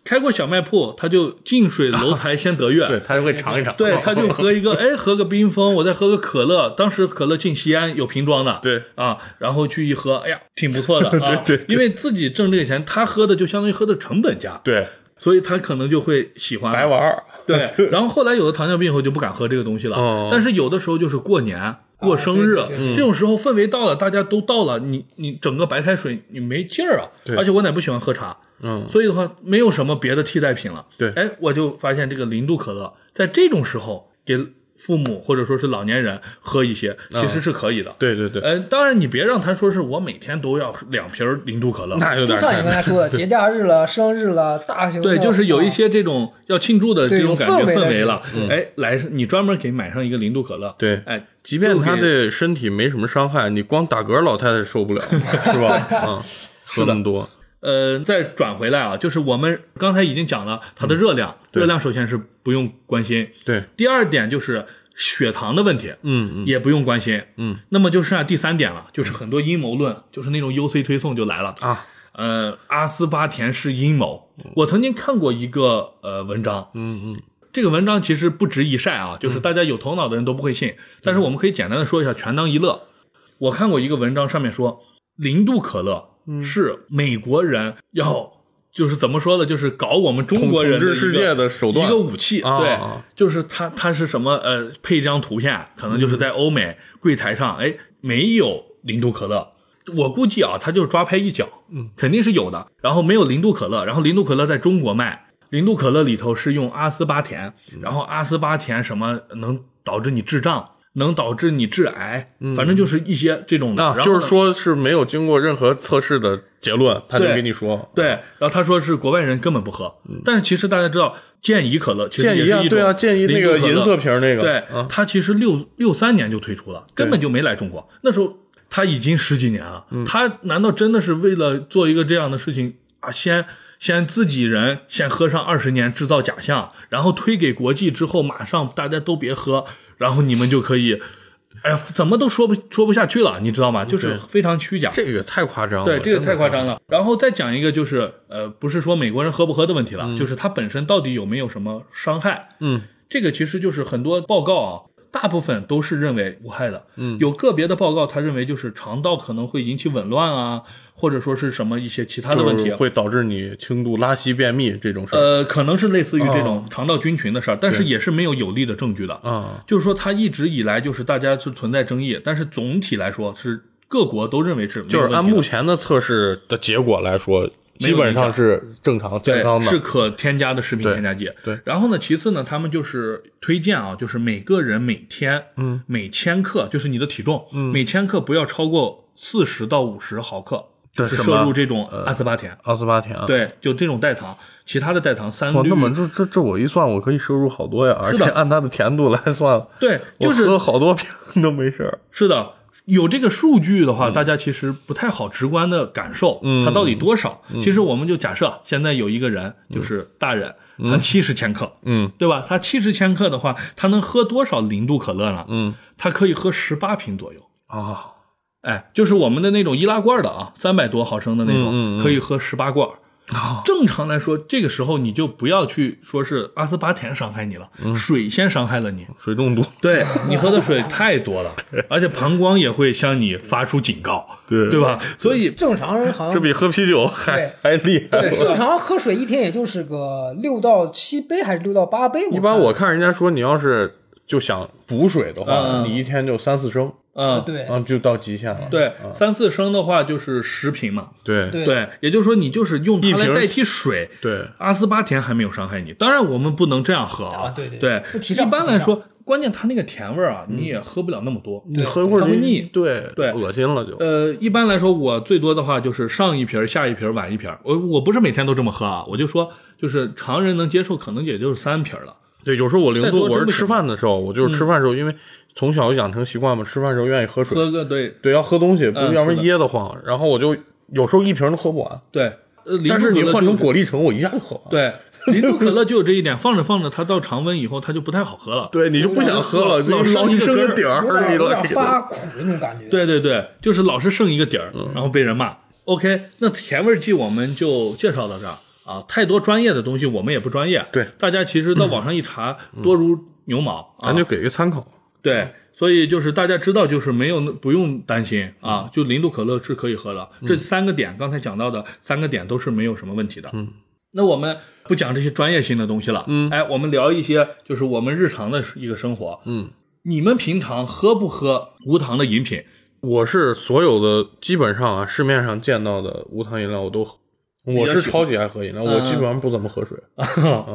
Speaker 1: 开过小卖铺，她就近水楼台先得月，
Speaker 2: 对，他就会尝一尝。
Speaker 1: 对，他就喝一个，哎，喝个冰峰，我再喝个可乐。当时可乐进西安有瓶装的，
Speaker 2: 对
Speaker 1: 啊，然后去一喝，哎呀，挺不 错的，啊、
Speaker 2: 对对对
Speaker 1: 因为自己挣这个钱，他喝的就相当于喝的成本价，，
Speaker 2: 对，
Speaker 1: 所以他可能就会喜欢
Speaker 2: 白玩儿。
Speaker 1: 对，然后后来有了糖尿病以后就不敢喝这个东西了。
Speaker 2: 哦
Speaker 1: 但是有的时候就是过年、过生日、
Speaker 3: 啊对对
Speaker 1: 这种时候，氛围到了，大家都到了，你你整个白开水你没劲儿啊。
Speaker 2: 对
Speaker 1: 而且我奶不喜欢喝茶，
Speaker 2: 嗯
Speaker 1: 所以的话没有什么别的替代品了。
Speaker 2: 对
Speaker 1: 哎，我就发现这个零度可乐在这种时候给父母或者说是老年人喝一些，其实是可以的。
Speaker 2: 嗯对对 对，
Speaker 1: 呃，当然你别让他说是我每天都要两瓶儿零度 可乐，
Speaker 2: 那有
Speaker 3: 就
Speaker 2: 点
Speaker 3: 像
Speaker 2: 太
Speaker 3: 你刚才说的，节假日了、生日了、大型的
Speaker 1: 对，就是有一些这种要庆祝的
Speaker 3: 啊对
Speaker 1: 这种感觉
Speaker 3: 有氛围的嗯
Speaker 1: 氛围了。哎，来，你专门给买上一个零度可乐。
Speaker 2: 对
Speaker 1: 哎，
Speaker 2: 即便他
Speaker 1: 就给
Speaker 2: 对身体没什么伤害，你光打嗝老太太受不了， 是吧？嗯，喝那么多，
Speaker 1: 呃再转回来啊，就是我们刚才已经讲了它的热量，
Speaker 2: 嗯对
Speaker 1: 热量首先是不用关心。
Speaker 2: 对，
Speaker 1: 第二点就是血糖的问题，
Speaker 2: 嗯嗯，
Speaker 1: 也不用关心。
Speaker 2: 嗯，
Speaker 1: 那么就剩啊下第三点了，就是很多阴谋论，就是那种 UC 推送就来了
Speaker 2: 啊。
Speaker 1: 呃，阿斯巴甜是阴谋。我曾经看过一个呃文章，
Speaker 2: 嗯嗯，
Speaker 1: 这个文章其实不值一晒啊，就是大家有头脑的人都不会信，但是我们可以简单的说一下，全当一乐。我看过一个文章，上面说零度可乐
Speaker 2: 嗯
Speaker 1: 是美国人要就是怎么说呢，就是搞我们中国人的
Speaker 2: 统统治世界的手段
Speaker 1: 一个武器。
Speaker 2: 啊
Speaker 1: 对
Speaker 2: 啊，
Speaker 1: 就是它它是什么呃，配一张图片，可能就是在欧美柜台上，哎，没有零度可乐。我估计啊，他就是抓拍一脚，嗯，肯定是有的。然后没有零度可乐，然后零度可乐在中国卖，零度可乐里头是用阿斯巴甜，
Speaker 2: 嗯
Speaker 1: 然后阿斯巴甜什么能导致你智障，能导致你致癌，反正就是一些这种的。
Speaker 2: 那
Speaker 1: 然后
Speaker 2: 嗯啊就
Speaker 1: 呢
Speaker 2: 是说是没有经过任何测试的结论，他就
Speaker 1: 对
Speaker 2: 给你说，
Speaker 1: 对，然后他说是国外人根本不喝，但是其实大家知道健怡可乐其实
Speaker 2: 建
Speaker 1: 也
Speaker 2: 议
Speaker 1: 是
Speaker 2: 嗯啊
Speaker 1: 一，种
Speaker 2: 对啊，建议那个
Speaker 1: 零度可乐
Speaker 2: 银色瓶儿那个，
Speaker 1: 对，
Speaker 2: 啊，
Speaker 1: 它其实六六三年就推出了，根本就没来中国。那时候它已经十几年了，
Speaker 2: 嗯
Speaker 1: 它难道真的是为了做一个这样的事情啊？先先自己人先喝上二十年，制造假象，然后推给国际之后，马上大家都别喝，然后你们就可以，哎呀，怎么都说不说不下去了，你知道吗？就是非常虚假。
Speaker 2: 这个太夸张了，
Speaker 1: 对，这个
Speaker 2: 真的
Speaker 1: 太夸张了。然后再讲一个，就是呃，不是说美国人喝不喝的问题了，就是它本身到底有没有什么伤害？
Speaker 2: 嗯，
Speaker 1: 这个其实就是很多报告啊，大部分都是认为无害的。嗯，有个别的报告，他认为就是肠道可能会引起紊乱啊，或者说是什么一些其他的问题啊
Speaker 2: 就是，会导致你轻度拉稀、便秘这种事儿
Speaker 1: 呃，可能是类似于这
Speaker 2: 哦
Speaker 1: 种肠道菌群的事儿，但是也是没有有力的证据的。
Speaker 2: 啊。
Speaker 1: 就是说，它一直以来就是大家是存在争议，但是总体来说是各国都认为是没有
Speaker 2: 就
Speaker 1: 问
Speaker 2: 是
Speaker 1: 题的
Speaker 2: 按目前的测试的结果来说，
Speaker 1: 没有
Speaker 2: 基本上是正常健康
Speaker 1: 对
Speaker 2: 的。
Speaker 1: 是可添加的食品
Speaker 2: 对
Speaker 1: 添加剂。
Speaker 2: 对
Speaker 1: 然后呢，其次呢，他们就是推荐啊，就是每个人每天，嗯，每千克，就是你的体重，嗯，每千克不要超过四十到五十毫克，
Speaker 2: 对
Speaker 1: 是
Speaker 2: 什么呃
Speaker 1: 摄入这种阿斯巴甜。
Speaker 2: 奥斯巴甜啊，
Speaker 1: 对，就这种代糖，其他的代糖三
Speaker 2: 哇，
Speaker 1: 氯
Speaker 2: 那么这这这我一算，我可以摄入好多呀，而
Speaker 1: 是的
Speaker 2: 且按它的甜度来算，
Speaker 1: 对，
Speaker 2: 我
Speaker 1: 就是
Speaker 2: 喝好多瓶都没事儿。
Speaker 1: 是的，有这个数据的话，
Speaker 2: 嗯
Speaker 1: 大家其实不太好直观的感受，它到底多少。
Speaker 2: 嗯
Speaker 1: 其实我们就假设啊现在有一个人，就是大人，他七十千克，
Speaker 2: 嗯，
Speaker 1: 对吧？他七十千克的话，他能喝多少零度可乐呢？
Speaker 2: 嗯，
Speaker 1: 他可以喝十八瓶左右。
Speaker 2: 啊，
Speaker 1: 哎，就是我们的那种易拉罐的啊，三百多毫升的那种，
Speaker 2: 嗯嗯嗯哦
Speaker 1: 可以喝十八罐。正常来说，这个时候你就不要去说是阿斯巴甜伤害你了，
Speaker 2: 嗯
Speaker 1: 水先伤害了你。
Speaker 2: 水中毒，
Speaker 1: 对你喝的水太多了，而且膀胱也会向你发出警告，
Speaker 2: 对
Speaker 1: 对吧？所以
Speaker 3: 啊正常人好
Speaker 2: 这
Speaker 3: 像
Speaker 2: 比喝啤酒还
Speaker 3: 对
Speaker 2: 还厉害。
Speaker 3: 对正常喝水一天也就是个六到七杯还是六到八杯。
Speaker 2: 一般我看人家说，你要是就想补水的话，
Speaker 1: 嗯嗯
Speaker 2: 你一天就三四升，
Speaker 3: 看
Speaker 1: 嗯，
Speaker 3: 对
Speaker 2: 啊，就到极限了。
Speaker 1: 对，三四升的话就是十瓶嘛，
Speaker 2: 对
Speaker 3: 对
Speaker 1: 对，也就是说你就是用
Speaker 2: 一
Speaker 1: 它
Speaker 2: 瓶
Speaker 1: 来代替水。
Speaker 2: 对
Speaker 1: 阿斯巴甜还没有伤害你，当然我们不能这样喝啊
Speaker 3: 啊对对
Speaker 1: 对
Speaker 3: 不提
Speaker 1: 一
Speaker 3: 倡
Speaker 1: 般
Speaker 3: 不提
Speaker 1: 来
Speaker 3: 倡
Speaker 1: 说，关键它那个甜味儿啊，你也喝不了那么多。
Speaker 2: 你喝一会儿
Speaker 1: 它会
Speaker 2: 就
Speaker 1: 腻
Speaker 2: 对
Speaker 1: 对
Speaker 2: 恶心了就。
Speaker 1: 呃，一般来说，我最多的话就是上一瓶儿、下一瓶儿、晚一瓶儿。我我不是每天都这么喝啊，我就说就是常人能接受，可能也就是三瓶儿了。
Speaker 2: 对，有时候我零
Speaker 1: 再
Speaker 2: 度，
Speaker 1: 多
Speaker 2: 我是
Speaker 1: 真不
Speaker 2: 吃
Speaker 1: 行嗯
Speaker 2: 饭的时候，我就是吃饭的时候，因为从小养成习惯嘛，吃饭的时候愿意喝水，
Speaker 1: 喝个对
Speaker 2: 对，要喝东西，不
Speaker 1: 嗯
Speaker 2: 要不然
Speaker 1: 是的
Speaker 2: 噎得慌。然后我就有时候一瓶都喝不完，
Speaker 1: 对，呃，零
Speaker 2: 但是
Speaker 1: 度
Speaker 2: 你
Speaker 1: 可乐
Speaker 2: 换
Speaker 1: 就
Speaker 2: 成
Speaker 1: 是
Speaker 2: 果粒橙，我一下就喝完。
Speaker 1: 对，零度可乐就有这一点，放着放着，它到常温以后，它就不太好喝了。
Speaker 2: 对，你就不想喝了，
Speaker 1: 老
Speaker 2: 就
Speaker 1: 老
Speaker 2: 一
Speaker 1: 一
Speaker 2: 生
Speaker 1: 个
Speaker 2: 个底儿，
Speaker 3: 有点
Speaker 2: 你
Speaker 3: 有
Speaker 2: 老
Speaker 3: 点
Speaker 1: 啊
Speaker 3: 发苦那种感觉。，
Speaker 1: 对对对，就是老是剩一个底儿，
Speaker 2: 嗯
Speaker 1: 然后被人骂。OK，那甜味剂我们就介绍到这儿啊，太多专业的东西我们也不专业。
Speaker 2: 对嗯
Speaker 1: 大家其实到网上一查，多如牛毛啊
Speaker 2: 咱。就给个参考。
Speaker 1: 对，
Speaker 2: 嗯
Speaker 1: 所以就是大家知道，就是没有不用担心
Speaker 2: 嗯
Speaker 1: 啊，就零度可乐是可以喝的。这三个点刚才讲到的三个点都是没有什么问题的。嗯，那我们不讲这些专业性的东西了。嗯，哎，我们聊一些就是我们日常的一个生活。
Speaker 2: 嗯，
Speaker 1: 你们平常喝不喝无糖的 饮品？
Speaker 2: 我是所有的基本上啊，市面上见到的无糖饮料我都喝。我是超级爱喝饮料，我基本上不怎么喝水。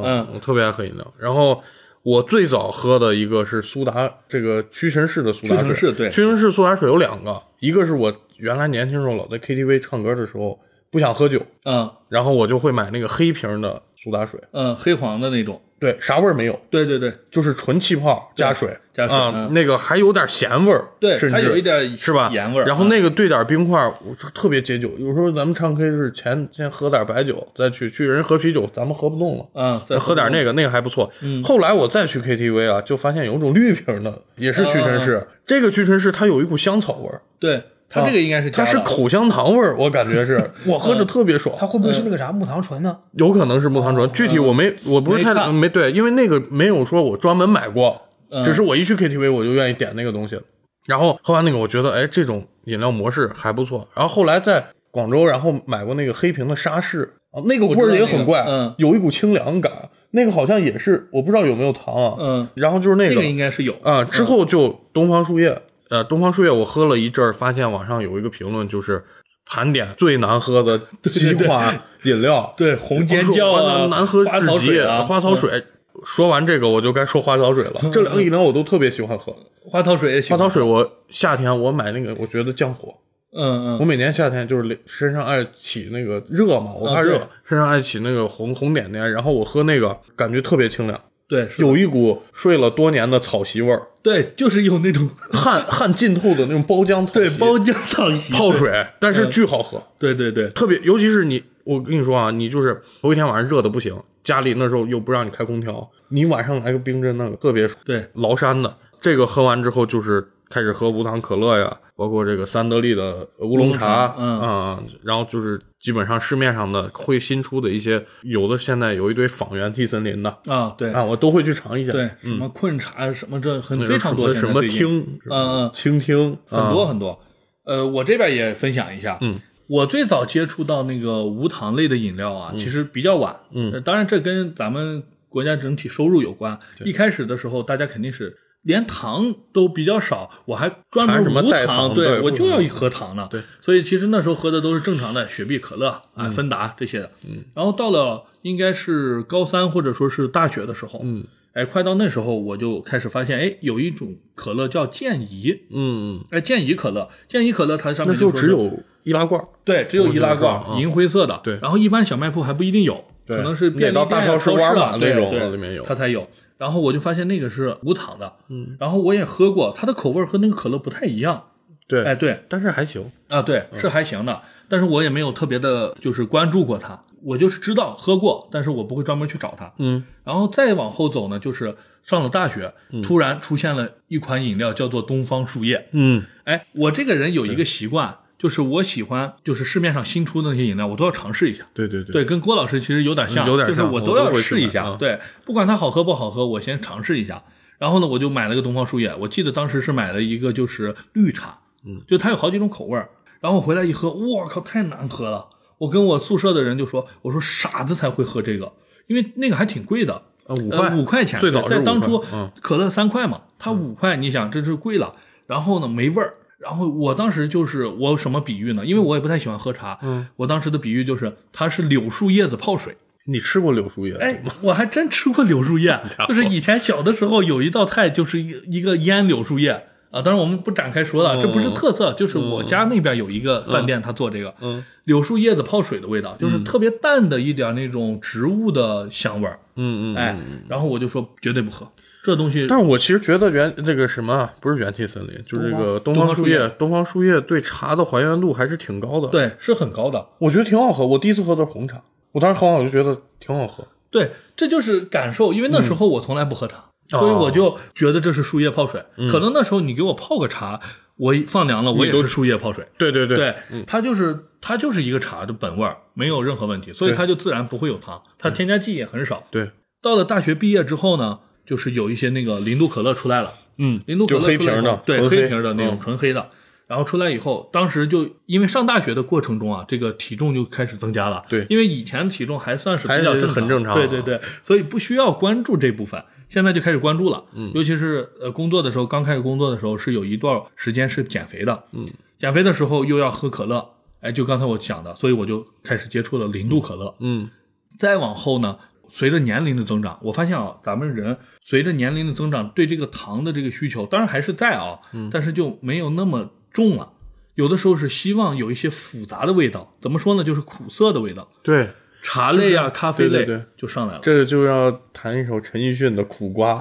Speaker 1: 嗯，
Speaker 2: 我特别爱喝饮料。然后我最早喝的一个是苏打，这个屈臣氏的苏打水。
Speaker 1: 屈臣氏对
Speaker 2: 屈臣氏苏打水有两个，一个是我原来年轻时候老在 KTV 唱歌的时候不想喝酒，
Speaker 1: 嗯
Speaker 2: 然后我就会买那个黑瓶的苏打水，
Speaker 1: 嗯，黑黄的那种。
Speaker 2: 对，啥味儿没有，
Speaker 1: 对对对
Speaker 2: 就是纯气泡加水，
Speaker 1: 加水
Speaker 2: 啊、
Speaker 1: 嗯
Speaker 2: 那个还有点咸味儿，
Speaker 1: 对，
Speaker 2: 甚
Speaker 1: 它
Speaker 2: 至
Speaker 1: 有一点
Speaker 2: 是吧？
Speaker 1: 盐味儿。
Speaker 2: 然后
Speaker 1: 嗯
Speaker 2: 那个兑点冰块，我就特别解酒。有时候咱们唱 K 是前先喝点白酒，再去去人喝啤酒，咱们喝不动了。
Speaker 1: 嗯，再
Speaker 2: 喝点那嗯个，那个还不错。后来我再去 KTV 啊，就发现有一种绿瓶的，也是屈臣氏。这个屈臣氏它有一股香草味儿，
Speaker 1: 对，它这个应该是
Speaker 2: 啊它
Speaker 1: 加
Speaker 2: 是
Speaker 1: 的
Speaker 2: 口香糖味儿，我感觉是， 我喝着特别爽。
Speaker 3: 它会
Speaker 1: 嗯
Speaker 3: 不会是那个啥木糖醇呢？
Speaker 2: 有可能是木糖醇，具体我没，我不是
Speaker 1: 没
Speaker 2: 太
Speaker 1: 看
Speaker 2: 没对，因为那个没有说我专门买过，
Speaker 1: 嗯
Speaker 2: 只是我一去 KTV 我就愿意点那个东西了。然后喝完那个，我觉得哎，这种饮料模式还不错。然后后来在广州，然后买过那个黑瓶的沙士，啊，那个味儿也很怪，
Speaker 1: 我知道那个嗯
Speaker 2: 有一股清凉感。那个好像也是，我不知道有没有糖啊。
Speaker 1: 嗯
Speaker 2: 然后就是那
Speaker 1: 那
Speaker 2: 个
Speaker 1: 个应该是有
Speaker 2: 啊，之后就东方树叶，呃，东方树叶我喝了一阵儿，发现网上有一个评论就是盘点最难喝 的几款饮料，
Speaker 1: 对红尖椒
Speaker 2: 我说
Speaker 1: 啊，
Speaker 2: 哇难喝
Speaker 1: 花
Speaker 2: 至
Speaker 1: 草
Speaker 2: 极，
Speaker 1: 水啊，
Speaker 2: 花草水。说完这个，我就该说花草水了。这两个饮料我都特别喜欢喝。
Speaker 1: 嗯，花草水也行。
Speaker 2: 花草，水，我夏天我买那个，我觉得降火。
Speaker 1: 嗯
Speaker 2: 我
Speaker 1: 嗯，
Speaker 2: 每年夏天就是身上爱起那个热嘛，我怕热，
Speaker 1: 啊对
Speaker 2: 身上爱起那个红红点点，然后我喝那个感觉特别清凉，
Speaker 1: 对，是的
Speaker 2: 有一股睡了多年的草席味儿。
Speaker 1: 对，就是有那种
Speaker 2: 汗汗浸透的那种包浆， 对
Speaker 1: 包嗯浆草席
Speaker 2: 泡，水，但是巨好喝，
Speaker 1: 对对对，
Speaker 2: 特别尤其是你，我跟你说啊，你就是头一天晚上热的不行，家里那时候又不让你开空调，你晚上来个冰镇那个特别
Speaker 1: 对
Speaker 2: 崂山的，这个喝完之后就是开始喝无糖可乐呀，包括这个三得利的呃乌龙茶，啊
Speaker 1: 乌龙茶嗯
Speaker 2: 然后就是基本上市面上的会新出的一些，有的现在有一堆仿原 T 森林的
Speaker 1: 啊，对
Speaker 2: 啊，我都会去尝一下。
Speaker 1: 对，什么困茶什么这很
Speaker 2: 那种
Speaker 1: 非常多，
Speaker 2: 什么什么
Speaker 1: 听。
Speaker 2: 听，
Speaker 1: 嗯嗯
Speaker 2: 倾听，
Speaker 1: 很多
Speaker 2: 啊
Speaker 1: 很多。呃，我这边也分享一下，
Speaker 2: 嗯，
Speaker 1: 我最早接触到那个无糖类的饮料啊，其实比较晚，
Speaker 2: 嗯
Speaker 1: 呃当然这跟咱们国家整体收入有关。一开始的时候，大家肯定是连糖都比较少，我还专门
Speaker 2: 含什么
Speaker 1: 无
Speaker 2: 代糖
Speaker 1: 对
Speaker 2: 对
Speaker 1: 我就
Speaker 2: 不
Speaker 1: 要
Speaker 2: 能
Speaker 1: 喝糖呢，
Speaker 2: 对，
Speaker 1: 所以其实那时候喝的都是正常的雪碧、可乐啊、芬达这些的，嗯，然后到了应该是高三或者说是大学的时候，嗯。哎，快到那时候我就开始发现，哎，有一种可乐叫健怡，
Speaker 2: 嗯，
Speaker 1: 哎，健怡可乐，健怡可乐它上
Speaker 2: 那
Speaker 1: 面
Speaker 2: 就
Speaker 1: 说
Speaker 2: 只
Speaker 1: 是
Speaker 2: 有易拉罐儿，
Speaker 1: 对，只有易拉
Speaker 2: 我觉得
Speaker 1: 罐，
Speaker 2: 是啊
Speaker 1: 银灰色的。
Speaker 2: 对
Speaker 1: 然后一般小卖铺还不一定有，
Speaker 2: 对
Speaker 1: 可能是
Speaker 2: 你
Speaker 1: 便利
Speaker 2: 得到
Speaker 1: 店啊
Speaker 2: 大超市
Speaker 1: 超
Speaker 2: 沃尔
Speaker 1: 啊
Speaker 2: 玛那
Speaker 1: 对
Speaker 2: 种
Speaker 1: 对
Speaker 2: 里面有
Speaker 1: 它才有。然后我就发现那个是无糖的，嗯，然后我也喝过，它的口味和那个可乐不太一样。
Speaker 2: 对，嗯
Speaker 1: 哎，对，
Speaker 2: 但是还行，
Speaker 1: 啊，对，是还行的，但是我也没有特别的，就是关注过它，我就是知道喝过，但是我不会专门去找它。
Speaker 2: 嗯，
Speaker 1: 然后再往后走呢，就是上了大学，突然出现了一款饮料叫做东方树叶。
Speaker 2: 嗯，
Speaker 1: 哎，我这个人有一个习惯，就是我喜欢，就是市面上新出的那些饮料，我都要尝试一下。
Speaker 2: 对对对嗯
Speaker 1: 对，跟郭老师其实有点像，
Speaker 2: 有点
Speaker 1: 就是
Speaker 2: 像
Speaker 1: 我
Speaker 2: 我
Speaker 1: 都
Speaker 2: 都
Speaker 1: 要
Speaker 2: 会去
Speaker 1: 试一
Speaker 2: 买
Speaker 1: 下，
Speaker 2: 啊
Speaker 1: 对，不管它好喝不好喝，我先尝试一下。然后呢，我就买了个东方树叶，我记得当时是买了一个就是绿茶，嗯，就它有好几种口味儿。然后回来一喝，我靠，太难喝了！我跟我宿舍的人就说，我说傻子才会喝这个，因为那个还挺贵的，
Speaker 2: 呃五
Speaker 1: 呃
Speaker 2: 块
Speaker 1: 五块钱，
Speaker 2: 最早是
Speaker 1: 在
Speaker 2: 五
Speaker 1: 当
Speaker 2: 块
Speaker 1: 初
Speaker 2: 嗯
Speaker 1: 可乐三块嘛，它五块，你想这是贵了。然后呢，没味儿。然后我当时就是我什么比喻呢？因为我也不太喜欢喝茶，嗯，我当时的比喻就是它是柳树叶子泡水。
Speaker 2: 你吃过柳树叶？
Speaker 1: 哎，我还真吃过 柳树叶，就是以前小的时候有一道菜就是一一个腌柳树叶啊，当然我们不展开说了，这不
Speaker 2: 哦
Speaker 1: 是特色，就是我家那边有一个饭店，他做这个，
Speaker 2: 嗯，
Speaker 1: 柳树叶子泡水的味道，就是特别淡的一点那种植物的香味儿，
Speaker 2: 嗯嗯，
Speaker 1: 哎，然后我就说绝对不喝这东西，
Speaker 2: 但是我其实觉得原这个什么啊不是元气森林，就是这个
Speaker 1: 东
Speaker 2: 东
Speaker 1: 方
Speaker 2: 方树
Speaker 1: 东方
Speaker 2: 叶，东方树叶对茶的还原度还是挺高的。，
Speaker 1: 对是很高的，
Speaker 2: 我觉得挺好喝。我第一次喝的是红茶，我当时喝完我就觉得挺好喝。
Speaker 1: 对，这就是感受，因为那时候我从来不喝茶，
Speaker 2: 嗯
Speaker 1: 所以我就觉得这是树叶泡水，
Speaker 2: 哦
Speaker 1: 可能那时候你给我泡个茶，我一放
Speaker 2: 嗯
Speaker 1: 凉了，我也是树叶泡水。
Speaker 2: 对对对
Speaker 1: 对，它就是它就是一个茶的本味儿，没有任何问题，所以它就自然不会有
Speaker 2: 嗯
Speaker 1: 糖，它添加剂也很少。
Speaker 2: 对，
Speaker 1: 到了大学毕业之后呢，就是有一些那个零度可乐出来了，
Speaker 2: 嗯，
Speaker 1: 零度可乐
Speaker 2: 就黑
Speaker 1: 出来以
Speaker 2: 瓶
Speaker 1: 后
Speaker 2: 的
Speaker 1: 对，
Speaker 2: 纯
Speaker 1: 黑
Speaker 2: 黑
Speaker 1: 瓶的那种
Speaker 2: 嗯
Speaker 1: 纯黑的。然后出来以后，当时就因为上大学的过程中啊，这个体重就开始增加了。
Speaker 2: 对
Speaker 1: 因为以前体重还算是比
Speaker 2: 还
Speaker 1: 较
Speaker 2: 是
Speaker 1: 正常，
Speaker 2: 很正常啊
Speaker 1: 对对对，所以不需要关注这部分，现在就开始关注了。嗯，尤其是呃工作的时候，刚开始工作的时候是有一段时间是减肥的。嗯，减肥的时候又要喝可乐，哎，就刚才我讲的，所以我就开始接触了零度可乐。
Speaker 2: 嗯，
Speaker 1: 再往后呢，随着年龄的增长，我发现啊，咱们人随着年龄的增长，对这个糖的这个需求，当然还是在啊，但是就没有那么重了。有的时候是希望有一些复杂的味道，怎么说呢？就是苦涩的味道，
Speaker 2: 对，
Speaker 1: 茶类啊、咖啡类
Speaker 2: 对对对
Speaker 1: 就上来了。
Speaker 2: 这就要弹一首陈奕迅的《苦瓜》。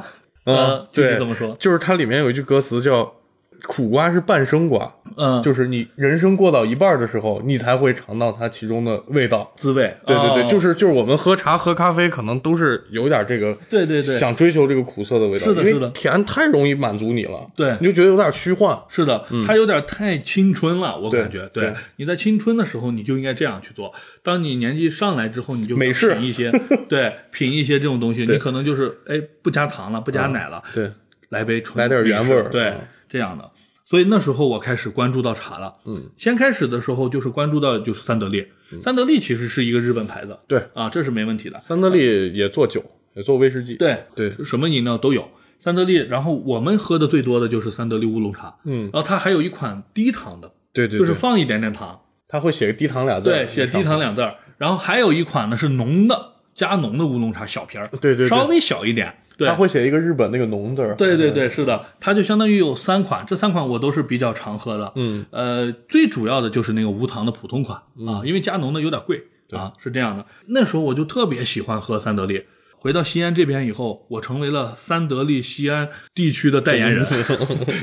Speaker 1: 呃
Speaker 2: 嗯，
Speaker 1: 具体
Speaker 2: 对，
Speaker 1: 怎么说
Speaker 2: 就是它里面有一句歌词叫“苦瓜是半生瓜”，
Speaker 1: 嗯，
Speaker 2: 就是你人生过到一半的时候，你才会尝到它其中的味道。
Speaker 1: 滋味。
Speaker 2: 对对
Speaker 1: 哦
Speaker 2: 对，就是就是我们喝茶喝咖啡，可能都是有点这个，
Speaker 1: 对对对
Speaker 2: 想追求这个苦涩的味道。
Speaker 1: 是的
Speaker 2: 因为
Speaker 1: 是的
Speaker 2: 甜太容易满足你了，
Speaker 1: 对
Speaker 2: 你就觉得有点虚幻。
Speaker 1: 是的，它有点太青春了，我
Speaker 2: 嗯对
Speaker 1: 感觉。
Speaker 2: 对
Speaker 1: 你在青春的时候，你就应该这样去做。当你年纪上来之后，你就
Speaker 2: 美式
Speaker 1: 品 一些，对，品一些这种东西，你可能就是哎，不加糖了，不加奶了，
Speaker 2: 对，
Speaker 1: 来杯
Speaker 2: 嗯
Speaker 1: 纯
Speaker 2: 来点
Speaker 1: 美式
Speaker 2: 原味儿
Speaker 1: 对
Speaker 2: 嗯，
Speaker 1: 这样的。所以那时候我开始关注到茶了，嗯，先开始的时候就是关注到就是三得利，
Speaker 2: 嗯
Speaker 1: 三得利其实是一个日本牌子，
Speaker 2: 对
Speaker 1: 啊，这是没问题的，
Speaker 2: 三得利也做酒，也做威士忌。
Speaker 1: 对
Speaker 2: 对
Speaker 1: 什么饮料都有。三得利，然后我们喝的最多的就是三得利乌龙茶，
Speaker 2: 嗯
Speaker 1: 然后它还有一款低糖的，
Speaker 2: 对对，
Speaker 1: 就是
Speaker 2: 对
Speaker 1: 放一点点糖，
Speaker 2: 它会写个低糖俩字，
Speaker 1: 对，写低糖。两字儿。然后还有一款呢是浓的，加浓的乌龙茶小瓶儿，
Speaker 2: 对对对
Speaker 1: 稍微小一点，对
Speaker 2: 它，会写一个日本那个浓字儿。
Speaker 1: 对对对，是的，它就相当于有三款，这三款我都是比较常喝的，
Speaker 2: 嗯，
Speaker 1: 呃，最主要的就是那个无糖的普通款啊，因为加浓的有点贵啊，是这样的。那时候我就特别喜欢喝三得利。回到西安这边以后，我成为了三得利西安地区的代言 人。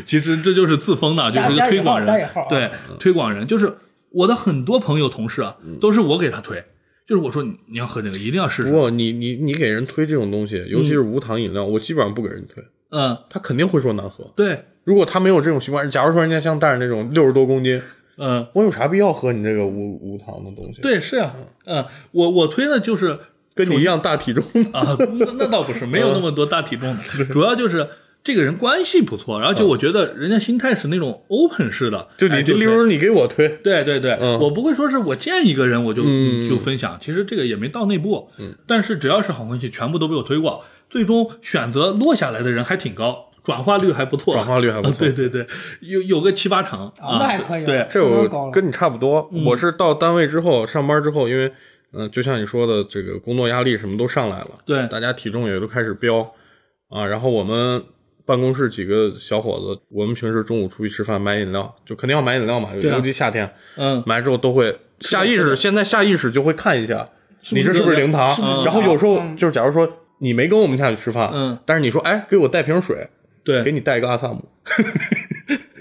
Speaker 1: 其实这就是自封的，就
Speaker 3: 加
Speaker 1: 是一个推广人。
Speaker 3: 加引号加引号啊
Speaker 1: 对，推广人就是我的很多朋友同事啊，都是我给他推，就是我说你你要喝这个，一定要试
Speaker 2: 不
Speaker 1: 试。
Speaker 2: 过你你你给人推这种东西，尤其是无糖饮料，我基本上不给人推，
Speaker 1: 嗯，
Speaker 2: 他肯定会说难喝。
Speaker 1: 对，
Speaker 2: 如果他没有这种习惯，假如说人家像大人那种六十多公斤，
Speaker 1: 嗯，
Speaker 2: 我有啥必要喝你这个无无糖的东西？，
Speaker 1: 对，是呀，嗯，我我推的就是
Speaker 2: 跟你一样大体重。
Speaker 1: 啊，那那倒不是，没有那么多大体重
Speaker 2: 嗯
Speaker 1: 的，主要就是这个人关系不错，然后就我觉得人家心态是那种 open 式的，
Speaker 2: 就你
Speaker 1: 哎
Speaker 2: 这，
Speaker 1: 是哎
Speaker 2: 例如你给我推，
Speaker 1: 对对对，
Speaker 2: 嗯
Speaker 1: 我不会说是我见一个人我就、
Speaker 2: 嗯
Speaker 1: 就分享，其实这个也没到内部，嗯，但是只要是好关系，全部都被我推过，最终选择落下来的人还挺高，转化率还不错，啊
Speaker 2: 转化率还不错哦
Speaker 1: 对对对，有有个七八成
Speaker 3: 啊那还可以啊
Speaker 1: 对，
Speaker 2: 这
Speaker 3: 相当高
Speaker 2: 我
Speaker 3: 了
Speaker 2: 跟你差不多。我是到单位之后，上班之后，因为嗯、呃就像你说的，这个工作压力什么都上来了，
Speaker 1: 对
Speaker 2: 大家体重也都开始飙啊。然后我们办公室几个小伙子，我们平时中午出去吃饭买饮料，就肯定要买饮料嘛，
Speaker 1: 对啊
Speaker 2: 尤其夏天，
Speaker 1: 嗯，
Speaker 2: 买之后都会下意识，现在下意识就会看一下，你这是不是零糖
Speaker 3: 是不是？零糖
Speaker 2: 然后有时候
Speaker 3: 嗯
Speaker 2: 就是，假如说你没跟我们下去吃饭，
Speaker 1: 嗯，
Speaker 2: 但是你说，哎，给我带瓶水，给
Speaker 1: 对，
Speaker 2: 你带一个阿萨 姆。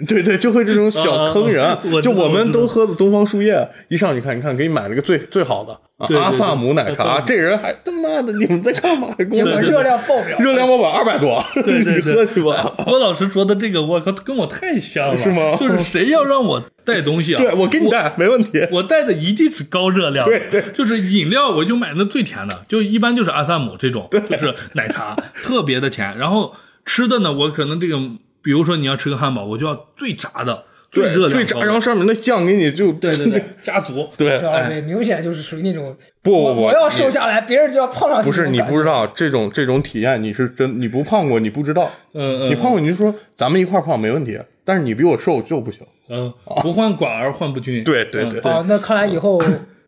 Speaker 2: 对对，就会这种小坑人
Speaker 1: 啊
Speaker 2: 啊
Speaker 1: 啊啊我，知
Speaker 2: 就
Speaker 1: 道
Speaker 2: 我
Speaker 1: 我知
Speaker 2: 们
Speaker 1: 道
Speaker 2: 都喝的东方树叶，一上去看，你看给你买了个最最好的啊
Speaker 1: 对对对
Speaker 2: 阿萨姆奶茶，这人还他妈的，你们在干嘛？还跟
Speaker 3: 结
Speaker 2: 我
Speaker 3: 果
Speaker 2: 买
Speaker 3: 热量爆表，
Speaker 2: 热量爆表二百多，
Speaker 1: 对对
Speaker 2: 你
Speaker 1: 对
Speaker 2: 喝去 吧。
Speaker 1: 郭老师说的这个，我靠，跟我太像了，
Speaker 2: 是吗
Speaker 1: 就是谁要让我带东西啊，
Speaker 2: 对我给你带没问题。
Speaker 1: 我带的一定是高热量的，
Speaker 2: 对对
Speaker 1: 就是饮料我就买那最甜的，就一般就是阿萨姆这种，就是奶茶 特别的甜。然后吃的呢，我可能这个，比如说你要吃个汉堡，我就要最炸的、最
Speaker 2: 对
Speaker 1: 热量高的、
Speaker 2: 最炸，然后上面那酱给你就对
Speaker 1: 对对 对，加足，
Speaker 2: 对哎
Speaker 3: 知，道
Speaker 1: 哎
Speaker 3: 吧？明显就是属于那种
Speaker 2: 不
Speaker 3: 我
Speaker 2: 不不
Speaker 3: 我要
Speaker 2: 你
Speaker 3: 瘦下来，别人就要胖上
Speaker 2: 不
Speaker 3: 去那
Speaker 2: 是
Speaker 3: 种
Speaker 2: 你
Speaker 3: 感觉。
Speaker 2: 不知道这种这种体验，你是真你不胖过你不知道，
Speaker 1: 嗯嗯
Speaker 2: 你胖过你就说咱们一块儿胖没问题，但是你比我瘦就不行。
Speaker 1: 嗯，不患寡而患不均，嗯
Speaker 2: 对对对
Speaker 3: 啊，那看来 以后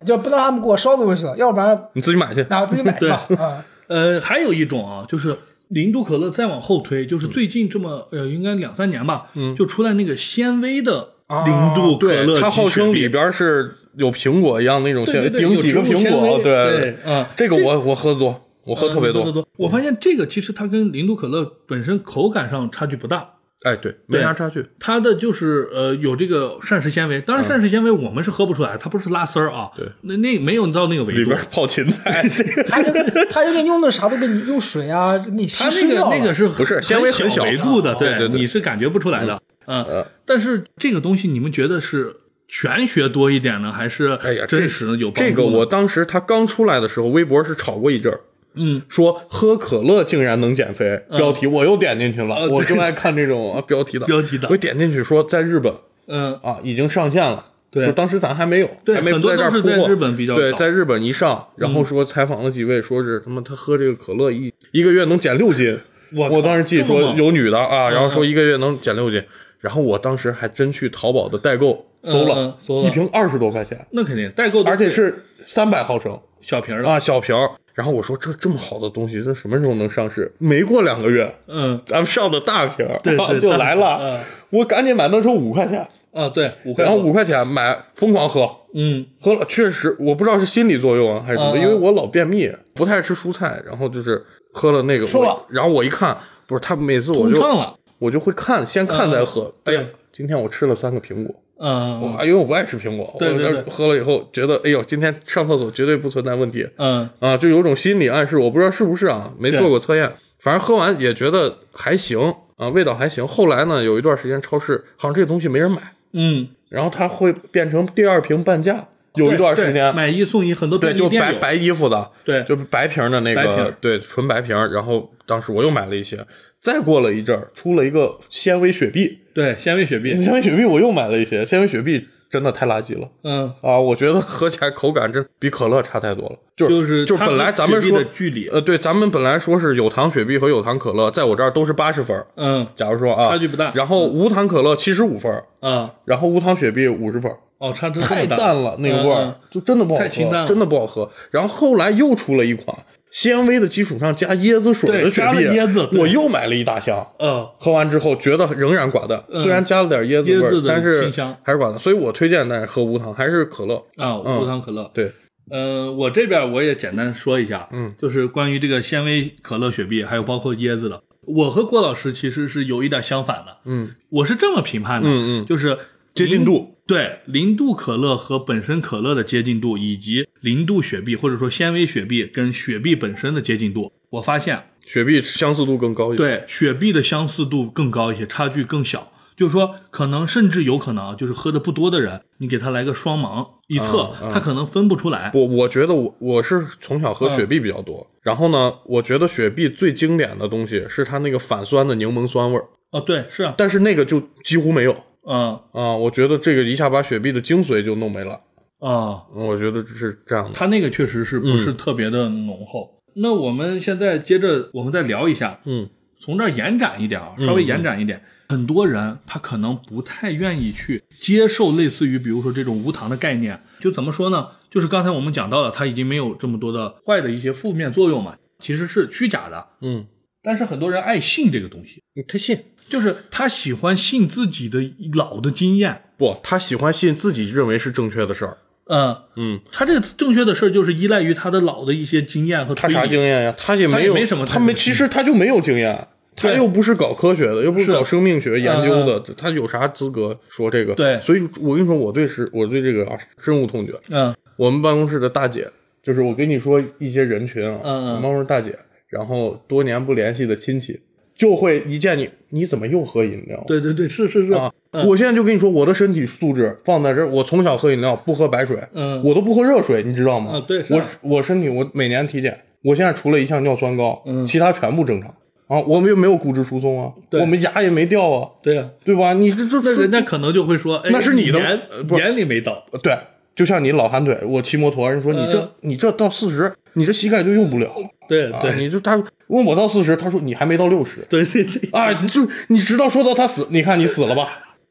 Speaker 3: 就不能让他们给我烧东西了，要不然
Speaker 2: 你自己买去。
Speaker 3: 那我自己买去吧。啊，
Speaker 1: 呃，还有一种啊，就是零度可乐再往后推，
Speaker 2: 嗯
Speaker 1: 就是最近这么、呃，应该两三年吧，就出来那个纤维的零度可乐、
Speaker 2: 哦对，它号称里。边是有苹果一样那种纤维，
Speaker 1: 对对对
Speaker 2: 顶几个
Speaker 1: 有植物
Speaker 2: 苹
Speaker 1: 纤维
Speaker 2: 果，
Speaker 1: 对
Speaker 2: 对
Speaker 1: 嗯
Speaker 2: 这个我我喝得多，嗯我喝特别
Speaker 1: 喝得多。我发现这个其实它跟零度可乐本身口感上差距不大，
Speaker 2: 哎，对，没啥差距。嗯
Speaker 1: 它的就是呃有这个膳食纤维，当然膳食纤维我们是喝不出来，它不是拉丝儿啊，
Speaker 2: 对
Speaker 1: 那那没有到那个维
Speaker 2: 里
Speaker 1: 度
Speaker 2: 边。泡芹菜，这个
Speaker 3: 他就 他就给你用的啥都给你用水啊，给你稀
Speaker 1: 它那
Speaker 3: 释
Speaker 1: 个
Speaker 3: 掉了
Speaker 1: 那个是
Speaker 2: 不是纤维很
Speaker 1: 小
Speaker 2: 小啊
Speaker 1: 维度的，
Speaker 2: 对对对
Speaker 1: 你是感觉不出来的，嗯。但是这个东西你们觉得是玄学多一点呢，还是
Speaker 2: 哎呀，这
Speaker 1: 真实有帮助 呢？
Speaker 2: 这个我当时它刚出来的时候，微博是炒过一阵儿。
Speaker 1: 嗯，
Speaker 2: 说喝可乐竟然能减肥，标题我又点进去了，
Speaker 1: 呃
Speaker 2: 我
Speaker 1: 对
Speaker 2: 就爱看这种啊标题党。
Speaker 1: 标题党
Speaker 2: 我点进去说在日本
Speaker 1: 嗯
Speaker 2: 啊已经上线了，
Speaker 1: 对
Speaker 2: 就当时咱还没有，
Speaker 1: 对
Speaker 2: 还没
Speaker 1: 很多
Speaker 2: 在这儿
Speaker 1: 都是
Speaker 2: 铺货
Speaker 1: 在日本比较
Speaker 2: 对，
Speaker 1: 早嗯
Speaker 2: 在日本一上，然后说采访了几位，说是他妈他喝这个可乐一一个月能减六斤，
Speaker 1: 我
Speaker 2: 我
Speaker 1: 靠
Speaker 2: 当时记
Speaker 1: 这
Speaker 2: 得
Speaker 1: 么
Speaker 2: 说
Speaker 1: 猛嗯
Speaker 2: 有女的啊，然后说一个月能减六斤，然后我当时还真去淘宝的代购搜
Speaker 1: 嗯嗯
Speaker 2: 了，
Speaker 1: 搜了
Speaker 2: 一瓶二十多块钱，
Speaker 1: 那肯定代购都
Speaker 2: 而且是三百毫升。
Speaker 1: 小瓶儿的，
Speaker 2: 啊，小瓶儿。然后我说这这么好的东西，这什么时候能上市？没过两个月，
Speaker 1: 嗯
Speaker 2: 咱们上的大瓶儿
Speaker 1: 对 对
Speaker 2: 就
Speaker 1: 大
Speaker 2: 来
Speaker 1: 瓶儿
Speaker 2: 了
Speaker 1: 嗯。
Speaker 2: 我赶紧买，那时候五块钱，
Speaker 1: 啊，对，五块
Speaker 2: 然后
Speaker 1: 多，
Speaker 2: 五块钱买，疯狂喝，
Speaker 1: 嗯
Speaker 2: 喝了确实我不知道是心理作用啊还是什么，
Speaker 1: 嗯嗯
Speaker 2: 因为我老便秘，不太吃蔬菜，然后就是喝了那个，
Speaker 3: 瘦了
Speaker 2: 我然后我一看，不是他每次我
Speaker 1: 通
Speaker 2: 就
Speaker 1: 畅了，
Speaker 2: 我就会看，先看再喝。哎
Speaker 1: 对
Speaker 2: 呀，今天我吃了三个苹果。
Speaker 1: 嗯嗯
Speaker 2: 啊，因为我不爱吃苹果，
Speaker 1: 对对
Speaker 2: 我
Speaker 1: 对
Speaker 2: 喝了以后觉得，哎呦，今天上厕所绝对不存在问题。
Speaker 1: 嗯。
Speaker 2: 啊，就有种心理暗示，我不知道是不是啊，没做过测验，反正喝完也觉得还行啊，味道还行。后来呢，有一段时间超市好像这东西没人买，
Speaker 1: 嗯，
Speaker 2: 然后它会变成第二瓶半价，有一段
Speaker 1: 对
Speaker 2: 时间，
Speaker 1: 买一送一，很多
Speaker 2: 对，
Speaker 1: 便利
Speaker 2: 就
Speaker 1: 店
Speaker 2: 白
Speaker 1: 有，
Speaker 2: 白衣服的，
Speaker 1: 对
Speaker 2: 就白瓶的那
Speaker 1: 白瓶
Speaker 2: 个，对，纯白瓶。然后当时我又买了一些，再过了一阵儿，出了一个纤维雪碧，
Speaker 1: 对纤维雪碧，
Speaker 2: 纤维雪碧我又买了一些，纤维雪碧真的太垃圾了。
Speaker 1: 嗯，
Speaker 2: 啊，我觉得喝起来口感真比可乐差太多了，就是
Speaker 1: 就
Speaker 2: 就是
Speaker 1: 它
Speaker 2: 本来
Speaker 1: 和
Speaker 2: 咱
Speaker 1: 雪
Speaker 2: 们
Speaker 1: 碧
Speaker 2: 说
Speaker 1: 的距离
Speaker 2: 呃，对，咱们本来说是有糖雪碧和有糖可乐，在我这儿都是八十分儿，
Speaker 1: 嗯
Speaker 2: 假如说啊，
Speaker 1: 差距不大嗯
Speaker 2: 然后无糖可乐七十五分儿，
Speaker 1: 啊，
Speaker 2: 然后无糖雪碧五十分儿，
Speaker 1: 哦，差真
Speaker 2: 太淡了那个味儿，就真的不好喝，
Speaker 1: 太清淡了
Speaker 2: 真的不好喝。然后后来又出了一款纤维的基础上加椰子水
Speaker 1: 对
Speaker 2: 的雪
Speaker 1: 加了
Speaker 2: 碧，
Speaker 1: 椰子对
Speaker 2: 我又买了一大箱，
Speaker 1: 嗯
Speaker 2: 喝完之后觉得仍然寡淡，虽然加了点椰
Speaker 1: 椰
Speaker 2: 味儿，
Speaker 1: 子的
Speaker 2: 但
Speaker 1: 清
Speaker 2: 是
Speaker 1: 香
Speaker 2: 还是寡淡，所以我推荐大家喝无糖，还是可乐。
Speaker 1: 啊，无糖可乐，
Speaker 2: 对，
Speaker 1: 呃，我这边我也简单说一下，嗯，就是关于这个纤维可乐、雪碧，还有包括椰子的。我和郭老师其实是有一点相反的，嗯，我是这么评判的，
Speaker 2: 嗯嗯
Speaker 1: 就是
Speaker 2: 接近度，
Speaker 1: 对零度可乐和本身可乐的接近度，以及零度雪碧或者说纤维雪碧跟雪碧本身的接近度，我发现
Speaker 2: 雪碧相似度更高一些。
Speaker 1: 对，雪碧的相似度更高一些，差距更小。就是说，可能甚至有可能啊，就是喝的不多的人，你给他来个双盲一测，
Speaker 2: 啊
Speaker 1: 他可能分不出来。
Speaker 2: 我我觉得我我是从小喝雪碧比较多，然后呢，我觉得雪碧最经典的东西是它那个反酸的柠檬酸味儿，
Speaker 1: 哦，对，是啊，
Speaker 2: 但是那个就几乎没有
Speaker 1: 嗯
Speaker 2: 啊。我觉得这个一下把雪碧的精髓就弄没了，嗯
Speaker 1: 啊，
Speaker 2: 我觉得是这样的。
Speaker 1: 他那个确实是不
Speaker 2: 嗯
Speaker 1: 是特别的浓厚。那我们现在接着，我们再聊一下，
Speaker 2: 嗯，
Speaker 1: 从这儿延展一点啊，稍微延展一点。很多人他可能不太愿意去接受类似于比如说这种无糖的概念，就怎么说呢？就是刚才我们讲到了，它已经没有这么多的坏的一些负面作用嘛，其实是虚假的。
Speaker 2: 嗯，
Speaker 1: 但是很多人爱信这个东西，
Speaker 2: 他信
Speaker 1: 就是他喜欢信自己的老的经验。
Speaker 2: 不？他喜欢信自己认为是正确的事儿。
Speaker 1: 嗯，
Speaker 2: 嗯，
Speaker 1: 他这个正确的事儿就是依赖于他的老的一些经验和
Speaker 2: 他
Speaker 1: 推理。
Speaker 2: 啥经验呀？他也
Speaker 1: 他
Speaker 2: 没
Speaker 1: 也
Speaker 2: 有，
Speaker 1: 没什么
Speaker 2: 他没，
Speaker 1: 太
Speaker 2: 其实他就没有经验，他
Speaker 1: 对
Speaker 2: 又不是搞科学的，又不是搞嗯生命学研究的，他有啥资格说这个？
Speaker 1: 对
Speaker 2: 所以我跟你说，我对是，我对这个啊深恶痛绝。
Speaker 1: 嗯
Speaker 2: 我们办公室的大姐，就是我跟你说一些人群啊，
Speaker 1: 嗯嗯
Speaker 2: 我们办公室大姐，然后多年不联系的亲戚，就会一见你，你怎么又喝饮料？
Speaker 1: 对对对，是是是，
Speaker 2: 啊，
Speaker 1: 嗯
Speaker 2: 我现在就跟你说，我的身体素质放在这儿，我从小喝饮料不喝白水，
Speaker 1: 嗯
Speaker 2: 我都不喝热水，你知道吗？
Speaker 1: 啊对是
Speaker 2: 我
Speaker 1: 啊
Speaker 2: 我身体我每年体检，我现在除了一项尿酸高，
Speaker 1: 嗯
Speaker 2: 其他全部正常啊，我们又没有骨质疏松啊，
Speaker 1: 对
Speaker 2: 我们牙也没掉啊，
Speaker 1: 对呀、
Speaker 2: 对吧？你这这
Speaker 1: 那
Speaker 2: 这
Speaker 1: 人家可能就会说，哎，
Speaker 2: 那是你的呃
Speaker 1: 年
Speaker 2: 不是
Speaker 1: 年龄没到，
Speaker 2: 对，就像你老寒腿，我骑摩托，人说你这、
Speaker 1: 嗯
Speaker 2: 你这到四十，你这膝盖就用不了，
Speaker 1: 对
Speaker 2: 啊
Speaker 1: 对、
Speaker 2: 你就他问我到四十，他说你还没到六十，
Speaker 1: 对对对，
Speaker 2: 啊，就你直到说到他死，你看你死了 吧？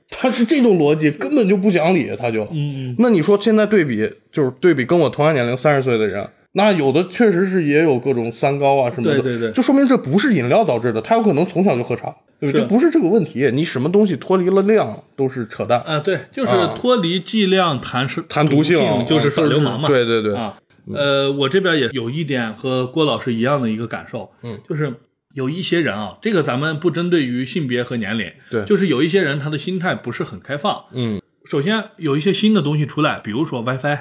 Speaker 2: 他是这种逻辑，根本就不讲理，他就。
Speaker 1: 嗯，
Speaker 2: 那你说现在对比，就是对比跟我同样年龄三十岁的人，那有的确实是也有各种三高啊什么的，
Speaker 1: 对对对
Speaker 2: 就说明这不是饮料导致的，他有可能从小就喝茶，对不对？
Speaker 1: 是
Speaker 2: 这不是这个问题，你什么东西脱离了量都是扯淡，
Speaker 1: 啊，对，就是
Speaker 2: 啊
Speaker 1: 脱离剂量谈是
Speaker 2: 谈毒
Speaker 1: 毒
Speaker 2: 性啊
Speaker 1: 就是耍流氓嘛，
Speaker 2: 对对对，
Speaker 1: 啊，呃，我这边也有一点和郭老师一样的一个感受，嗯，就是有一些人啊，这个咱们不针对于性别和年龄，
Speaker 2: 对
Speaker 1: 就是有一些人他的心态不是很开放，
Speaker 2: 嗯，
Speaker 1: 首先有一些新的东西出来，比如说 WiFi。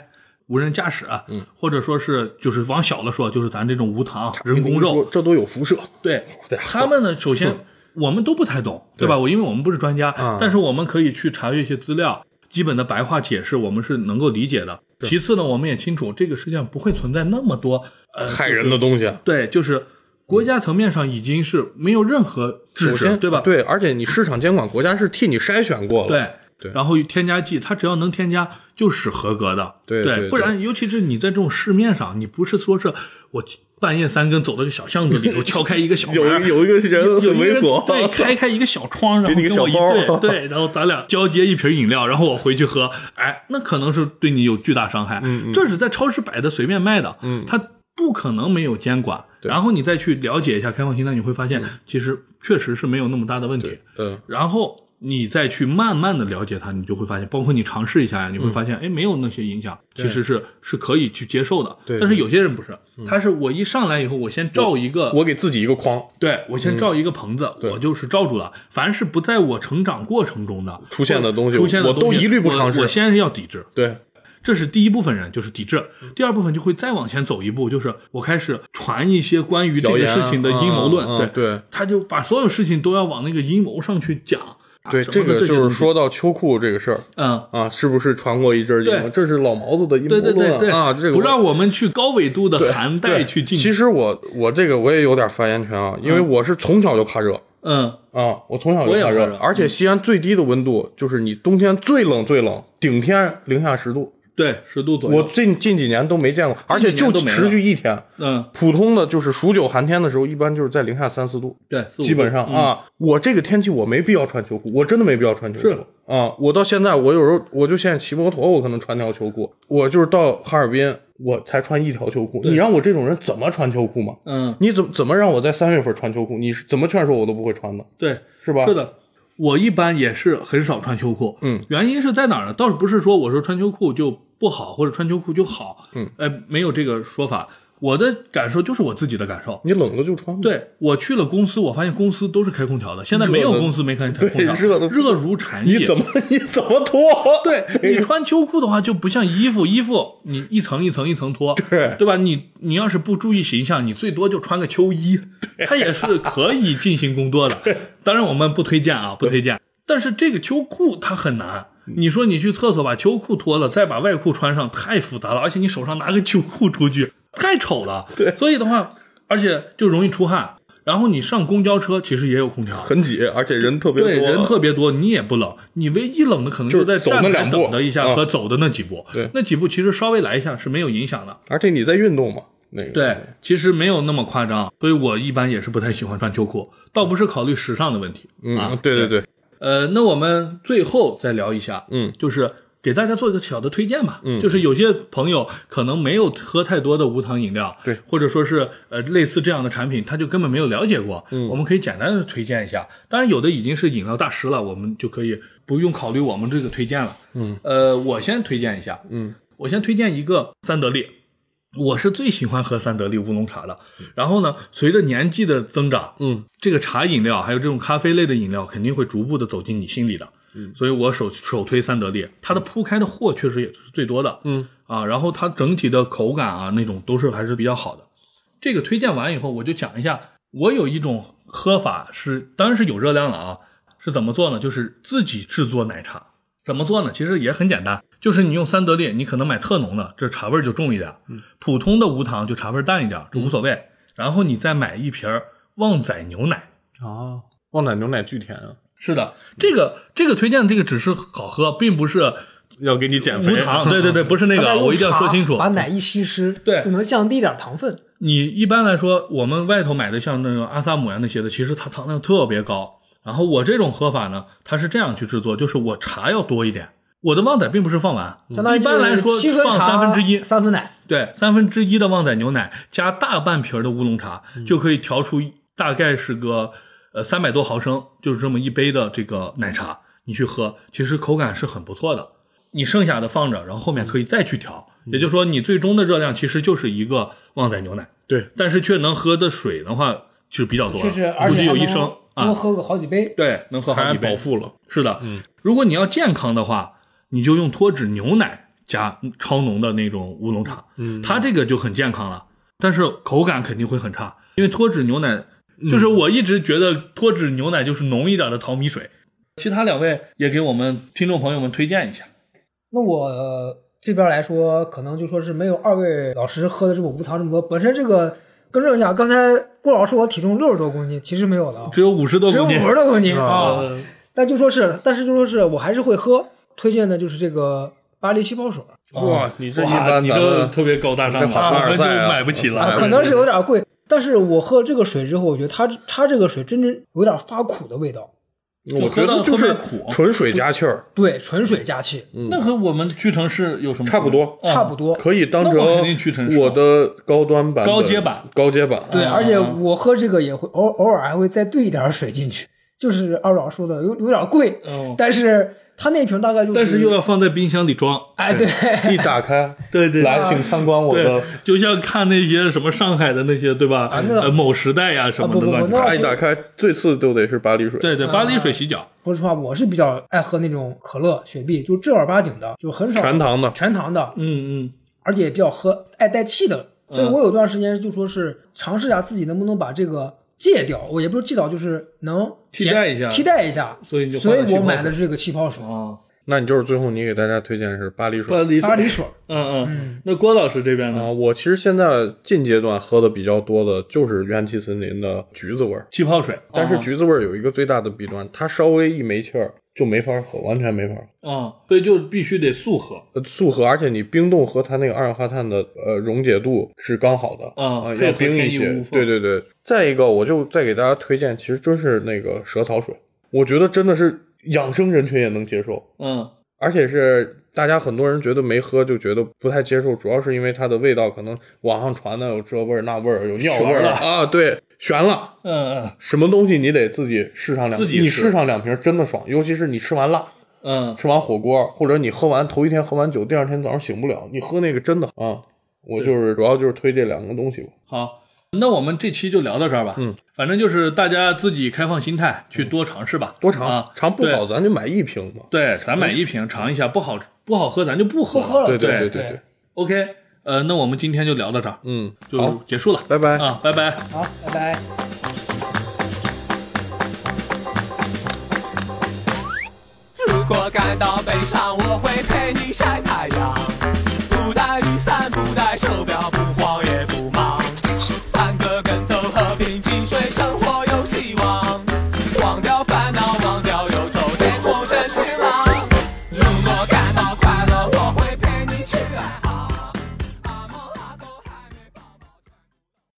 Speaker 1: 无人驾驶，嗯，或者说是就是往小了说，就是咱这种无糖人工肉，，
Speaker 2: 这都有辐射，
Speaker 1: 对，他们呢，首
Speaker 2: 嗯
Speaker 1: 先我们都不太懂，对吧？我因为我们不是专家，
Speaker 2: 啊
Speaker 1: 但是我们可以去查阅一些资料，基本的白话解释我们是能够理解的。其次呢，我们也清楚这个世界上不会存在那么多呃
Speaker 2: 害人的东西。
Speaker 1: 对，就是国家层面上已经是没有任何制
Speaker 2: 首
Speaker 1: 止，
Speaker 2: 先，
Speaker 1: 对吧？
Speaker 2: 对，而且你市场监管国家是替你筛选过了，
Speaker 1: 对。
Speaker 2: 对
Speaker 1: 然后添加剂，它只要能添加就是合格的，
Speaker 2: 对对对
Speaker 1: 不然尤其是你在这种市面上，你不是说是我半夜三更走到一个小巷子里 头，敲开一个小门
Speaker 2: 有
Speaker 1: 儿，
Speaker 2: 有一个人很
Speaker 1: 有一
Speaker 2: 猥
Speaker 1: 个
Speaker 2: 琐，
Speaker 1: 对，开开一个小窗，然后
Speaker 2: 给你个
Speaker 1: 跟我一
Speaker 2: 小包
Speaker 1: 对 对，然后咱俩交接一瓶饮料，然后我回去喝，哎，那可能是对你有巨大伤害。
Speaker 2: 嗯
Speaker 1: 这是在超市摆的随便卖的，嗯，它不可能没有监管。然后你再去了解一下开放清单，你会发现其实确实是没有那么大的问题。
Speaker 2: 嗯，
Speaker 1: 然后你再去慢慢的了解它，你就会发现，包括你尝试一下呀，你
Speaker 2: 嗯
Speaker 1: 会发现，哎，没有那些影响，其实是是可以去接受的。
Speaker 2: 对嗯
Speaker 1: 但是有些人不是，他是我一上来以后，我先照一个
Speaker 2: 我给自己一个框，
Speaker 1: 对我先罩一个棚
Speaker 2: 嗯
Speaker 1: 子，我就是罩住了。凡是不在我成长过程中的
Speaker 2: 出现的东西
Speaker 1: 出现的
Speaker 2: 我
Speaker 1: 东
Speaker 2: 都
Speaker 1: 西
Speaker 2: 一律不尝试
Speaker 1: 我我先是要抵制，
Speaker 2: 对，
Speaker 1: 这是第一部分人，就是抵制。第二部分就会再往前走一步，就是我开始传一些关于这
Speaker 2: 谣
Speaker 1: 个
Speaker 2: 言啊
Speaker 1: 事情的阴谋论。
Speaker 2: 嗯嗯
Speaker 1: 对、
Speaker 2: 对，
Speaker 1: 他就把所有事情都要往那个阴谋上去讲。啊
Speaker 2: 对，
Speaker 1: 什么
Speaker 2: 这个
Speaker 1: 的
Speaker 2: 就
Speaker 1: 这些
Speaker 2: 是
Speaker 1: 东西，
Speaker 2: 说到秋裤这个事儿
Speaker 1: 嗯。
Speaker 2: 啊，是不是传过一阵儿阴谋？
Speaker 1: 对
Speaker 2: 这是老毛子的阴谋
Speaker 1: 对对对对
Speaker 2: 论啊，这个
Speaker 1: 不让我们去高纬度的寒带
Speaker 2: 对
Speaker 1: 去进。
Speaker 2: 其实我我这个我也有点发言权啊，因为我是从小就怕热
Speaker 1: 嗯，
Speaker 2: 啊，我从小
Speaker 1: 我
Speaker 2: 就
Speaker 1: 也
Speaker 2: 怕
Speaker 1: 怕
Speaker 2: 热
Speaker 1: 热，嗯
Speaker 2: 而且西安最低的温度就是你冬天最冷最冷，顶天零下十度，
Speaker 1: 对，十度左右。
Speaker 2: 我近近几年都没见过，而且
Speaker 1: 哎近几
Speaker 2: 就
Speaker 1: 年都没了
Speaker 2: 持续一天。
Speaker 1: 嗯，
Speaker 2: 普通的就是数九寒天的时候，一般就是在零下三四度，
Speaker 1: 对，四五
Speaker 2: 基本上
Speaker 1: 度
Speaker 2: 啊，我这个天气我没必要穿秋裤，我真的没必要穿秋裤。
Speaker 1: 是
Speaker 2: 啊，我到现在我有时候我就现在骑摩托，我可能穿条秋裤，我就是到哈尔滨我才穿一条秋裤。你让我这种人怎么穿秋裤嘛？
Speaker 1: 嗯，嗯
Speaker 2: 你怎么怎么让我在三月份穿秋裤？你是怎么劝说我都不会穿的，
Speaker 1: 对，
Speaker 2: 是吧？
Speaker 1: 是，的，我一般也是很少穿秋裤。
Speaker 2: 嗯，
Speaker 1: 原因是在哪儿呢？倒是不是说我说穿秋裤就不好，或者穿秋裤就好。嗯，呃，没有这个说法。我的感受就是我自己的感受。
Speaker 2: 你冷了就穿呗。
Speaker 1: 对我去了公司，我发现公司都是开空调的，现在没有
Speaker 2: 热的
Speaker 1: 公司没 开空调，
Speaker 2: 对热的
Speaker 1: 热如蝉
Speaker 2: 你
Speaker 1: 翼。
Speaker 2: 怎么 你怎么脱？
Speaker 1: 对你穿秋裤的话，就不像衣服，衣服你一层一层一层脱，
Speaker 2: 对
Speaker 1: 对吧？你你要是不注意形象，你最多就穿个秋衣，它也是可以进行工作的。当然，我们不推荐啊，不推荐。但是这个秋裤它很难，你说你去厕所把秋裤脱了，再把外裤穿上，太复杂了，而且你手上拿个秋裤出去，太丑了。对，所以的话，而且就容易出汗。然后你上公交车，其实也有空调，
Speaker 2: 很挤，而且人特别多。
Speaker 1: 对，人特别多，你也不冷，你唯一冷的可能
Speaker 2: 就是
Speaker 1: 在
Speaker 2: 走
Speaker 1: 站
Speaker 2: 那
Speaker 1: 台
Speaker 2: 两步
Speaker 1: 等的一下
Speaker 2: 嗯
Speaker 1: 和走的那几步，
Speaker 2: 对
Speaker 1: 那几步其实稍微来一下是没有影响的，
Speaker 2: 而且你在运动嘛，那个
Speaker 1: 对，其实没有那么夸张，所以我一般也是不太喜欢穿秋裤，倒不是考虑时尚的问题，
Speaker 2: 嗯、
Speaker 1: 啊，
Speaker 2: 对对对，
Speaker 1: 呃，那我们最后再聊一下，
Speaker 2: 嗯，
Speaker 1: 就是给大家做一个小的推荐吧，嗯，就是有些朋友可能没有喝太多的无糖饮料，
Speaker 2: 对，
Speaker 1: 或者说是呃类似这样的产品，他就根本没有了解过，嗯，我们可以简单的推荐一下。当然，有的已经是饮料大师了，我们就可以不用考虑我们这个推荐了，嗯，呃，我先推荐一下，
Speaker 2: 嗯，
Speaker 1: 我先推荐一个三得利。我是最喜欢喝三得利乌龙茶的，然后呢，随着年纪的增长，
Speaker 2: 嗯，
Speaker 1: 这个茶饮料还有这种咖啡类的饮料，肯定会逐步的走进你心里的。嗯，所以我首首推三得利，它的铺开的货确实也是最多的。嗯啊，然后它整体的口感啊那种都是还是比较好的。这个推荐完以后，我就讲一下，我有一种喝法是，当然是有热量了啊，是怎么做呢？就是自己制作奶茶。怎么做呢？其实也很简单，就是你用三得利，你可能买特浓的，这茶味儿就重一点；普通的无糖就茶味儿淡一点，这无所谓。然后你再买一瓶儿旺仔牛奶，
Speaker 2: 啊，旺仔牛奶巨甜啊，
Speaker 1: 是的，这个这个推荐的这个只是好喝，并不是
Speaker 2: 要给你减肥
Speaker 1: 无糖。对对对，不是那
Speaker 3: 它在
Speaker 1: 个，
Speaker 3: 用
Speaker 1: 我一定要说清楚
Speaker 3: 茶。把奶一稀释，
Speaker 1: 对嗯
Speaker 3: 就能降低一点糖分。
Speaker 1: 你一般来说，我们外头买的像那个阿萨姆呀那些的，其实它糖量特别高。然后我这种喝法呢，它是这样去制作，就是我茶要多一点。我的旺仔并不是放完，
Speaker 3: 相当于
Speaker 1: 一般来说
Speaker 3: 七分
Speaker 1: 放
Speaker 3: 茶
Speaker 1: 三分之一，
Speaker 3: 三分奶，
Speaker 1: 对，三分之一的旺仔牛奶加大半瓶儿的乌龙茶，
Speaker 3: 嗯
Speaker 1: 就可以调出大概是个呃三百多毫升，就是这么一杯的这个奶茶，你去喝，其实口感是很不错的。你剩下的放着，然后后面可以再去调，
Speaker 3: 嗯
Speaker 1: 也就是说你最终的热量其实就是一个旺仔牛奶，
Speaker 2: 对，
Speaker 1: 但是却能喝的水的话就比较多了，
Speaker 3: 就是而
Speaker 1: 估
Speaker 3: 且
Speaker 1: 计有
Speaker 3: 还
Speaker 1: 一
Speaker 3: 能
Speaker 1: 升
Speaker 3: 多
Speaker 1: 啊，
Speaker 3: 喝个好几杯。
Speaker 1: 对，能喝好
Speaker 2: 还
Speaker 1: 几
Speaker 2: 饱
Speaker 1: 杯。
Speaker 2: 腹了。嗯
Speaker 1: 是的，如果你要健康的话，你就用脱脂牛奶加超浓的那种乌龙茶，
Speaker 2: 嗯
Speaker 1: 它这个就很健康了，但是口感肯定会很差，因为脱脂牛奶
Speaker 2: 嗯
Speaker 1: 就是我一直觉得脱脂牛奶就是浓一点的淘米水。其他两位也给我们听众朋友们推荐一下，
Speaker 3: 那我、呃这边来说，可能就说是没有二位老师喝的这么无糖这么多。本身这个更正一下，刚才郭老师我体重六十多公斤，其实没有的啊，
Speaker 1: 只有五十多
Speaker 3: 只有
Speaker 1: 公
Speaker 3: 五
Speaker 1: 斤，
Speaker 3: 十多公斤啊。
Speaker 2: 啊，
Speaker 3: 但就说是，但是就说是我还是会喝。推荐的就是这个巴黎气泡水，
Speaker 2: 哇，你这一
Speaker 1: 哇，
Speaker 2: 般
Speaker 1: 你
Speaker 2: 咱
Speaker 1: 这
Speaker 2: 们
Speaker 1: 特别高大上
Speaker 2: 这好凡
Speaker 1: 了，我
Speaker 2: 尔
Speaker 1: 们就
Speaker 2: 赛啊
Speaker 1: 买不起
Speaker 3: 啊，
Speaker 1: 了。
Speaker 3: 可能是有点贵。但是我喝这个水之后，我觉得它它这个水真正有点发苦的味道，
Speaker 2: 我觉得就
Speaker 1: 喝
Speaker 2: 是
Speaker 1: 到喝到苦
Speaker 2: 纯水加气儿，
Speaker 3: 对，纯水加气，
Speaker 1: 那和我们屈臣氏有什么
Speaker 2: 差不多
Speaker 1: 嗯
Speaker 3: 差不多。
Speaker 2: 哦可以当
Speaker 1: 那
Speaker 2: 成
Speaker 1: 我肯定去陈
Speaker 2: 我的高端版本、
Speaker 1: 高阶版、
Speaker 2: 高阶版。
Speaker 3: 对，
Speaker 1: 啊
Speaker 3: 而且我喝这个也会偶偶尔还会再兑一点水进去，就是二老说的有有点贵，
Speaker 1: 嗯
Speaker 3: 但是他那瓶大概就是，
Speaker 1: 但是又要放在冰箱里装，
Speaker 3: 哎对，
Speaker 2: 一打开，
Speaker 1: 对对
Speaker 2: 来，请参观我
Speaker 1: 对
Speaker 2: 的。，
Speaker 1: 就像看那些什么上海的那些，对吧？
Speaker 3: 啊那倒
Speaker 1: 呃，某时代呀、什么
Speaker 3: 啊不
Speaker 1: 的
Speaker 3: 不
Speaker 1: 乱七
Speaker 3: 不啊
Speaker 1: 八
Speaker 2: 它
Speaker 1: 糟。
Speaker 3: 那
Speaker 2: 一打开，最次都得是巴黎水。
Speaker 1: 对对，巴黎水洗脚，
Speaker 3: 说实话，我是比较爱喝那种可乐、雪碧，就正儿八经的，就很少
Speaker 2: 全糖的
Speaker 3: 全糖的，
Speaker 1: 嗯嗯，
Speaker 3: 而且也比较喝爱带气的，所以我有段时间就说是尝试一下自己能不能把这个戒掉，我也不是戒掉，就是能
Speaker 1: 替
Speaker 3: 减
Speaker 1: 代一下
Speaker 3: 替代一下，
Speaker 1: 所以你就
Speaker 3: 所
Speaker 1: 换了
Speaker 3: 以
Speaker 1: 气
Speaker 3: 我
Speaker 1: 泡
Speaker 3: 买
Speaker 1: 水
Speaker 3: 的是这个气泡水，
Speaker 1: 啊，
Speaker 2: 那你就是最后你给大家推荐是巴黎水。
Speaker 1: 黎
Speaker 3: 巴黎，水，
Speaker 1: 嗯嗯。那郭老师这边
Speaker 2: 啊、
Speaker 1: 呢？
Speaker 2: 我其实现在近阶段喝的比较多的就是元气森林的橘子味儿，
Speaker 1: 气泡水，
Speaker 2: 但是
Speaker 1: 啊
Speaker 2: 橘子味儿有一个最大的弊端，它稍微一没气儿就没法喝，完全没法喝。
Speaker 1: 啊，所以就必须得速喝
Speaker 2: 呃，速喝，而且你冰冻和它那个二氧化碳的呃溶解度是刚好的呃
Speaker 1: 啊配
Speaker 2: 要
Speaker 1: 合
Speaker 2: 冰
Speaker 1: 天
Speaker 2: 一
Speaker 1: 衣
Speaker 2: 些
Speaker 1: 无。缝
Speaker 2: 对对对，再一个我就再给大家推荐，其实就是那个蛇草水，我觉得真的是养生人群也能接受，
Speaker 1: 嗯，
Speaker 2: 而且是大家很多人觉得没喝就觉得不太接受，主要是因为它的味道可能网上传的有这味儿那味儿，有尿味
Speaker 1: 悬
Speaker 2: 儿
Speaker 1: 了
Speaker 2: 啊，对，悬了。
Speaker 1: 嗯
Speaker 2: 什么东西你得自己试上两，
Speaker 1: 自己
Speaker 2: 你
Speaker 1: 试
Speaker 2: 试上两瓶真的爽，尤其是你吃完辣，
Speaker 1: 嗯嗯，
Speaker 2: 吃完火锅，或者你喝完头一天喝完酒，第二天早上醒不了，你喝那个真的啊、我就是主要就是推这两个东西吧。
Speaker 1: 好，那我们这期就聊到这儿吧。
Speaker 2: 嗯，
Speaker 1: 反正就是大家自己开放心态，去多尝试吧。
Speaker 2: 多尝、
Speaker 1: 啊，
Speaker 2: 尝不好
Speaker 1: 对。
Speaker 2: 咱就买一瓶嘛。
Speaker 1: 对，咱买一瓶尝一下，不好不好喝咱就不喝
Speaker 3: 不喝了
Speaker 2: 对
Speaker 1: 对
Speaker 2: 对
Speaker 3: 对
Speaker 2: 对，
Speaker 1: OK，呃，那我们今天就聊到这儿，
Speaker 2: 嗯，
Speaker 1: 就
Speaker 2: 好，
Speaker 1: 结束了。
Speaker 2: 拜拜。
Speaker 1: 啊，拜拜。
Speaker 3: 好，拜拜。
Speaker 4: 如果感到悲伤，我会陪你晒太阳，不带雨伞，不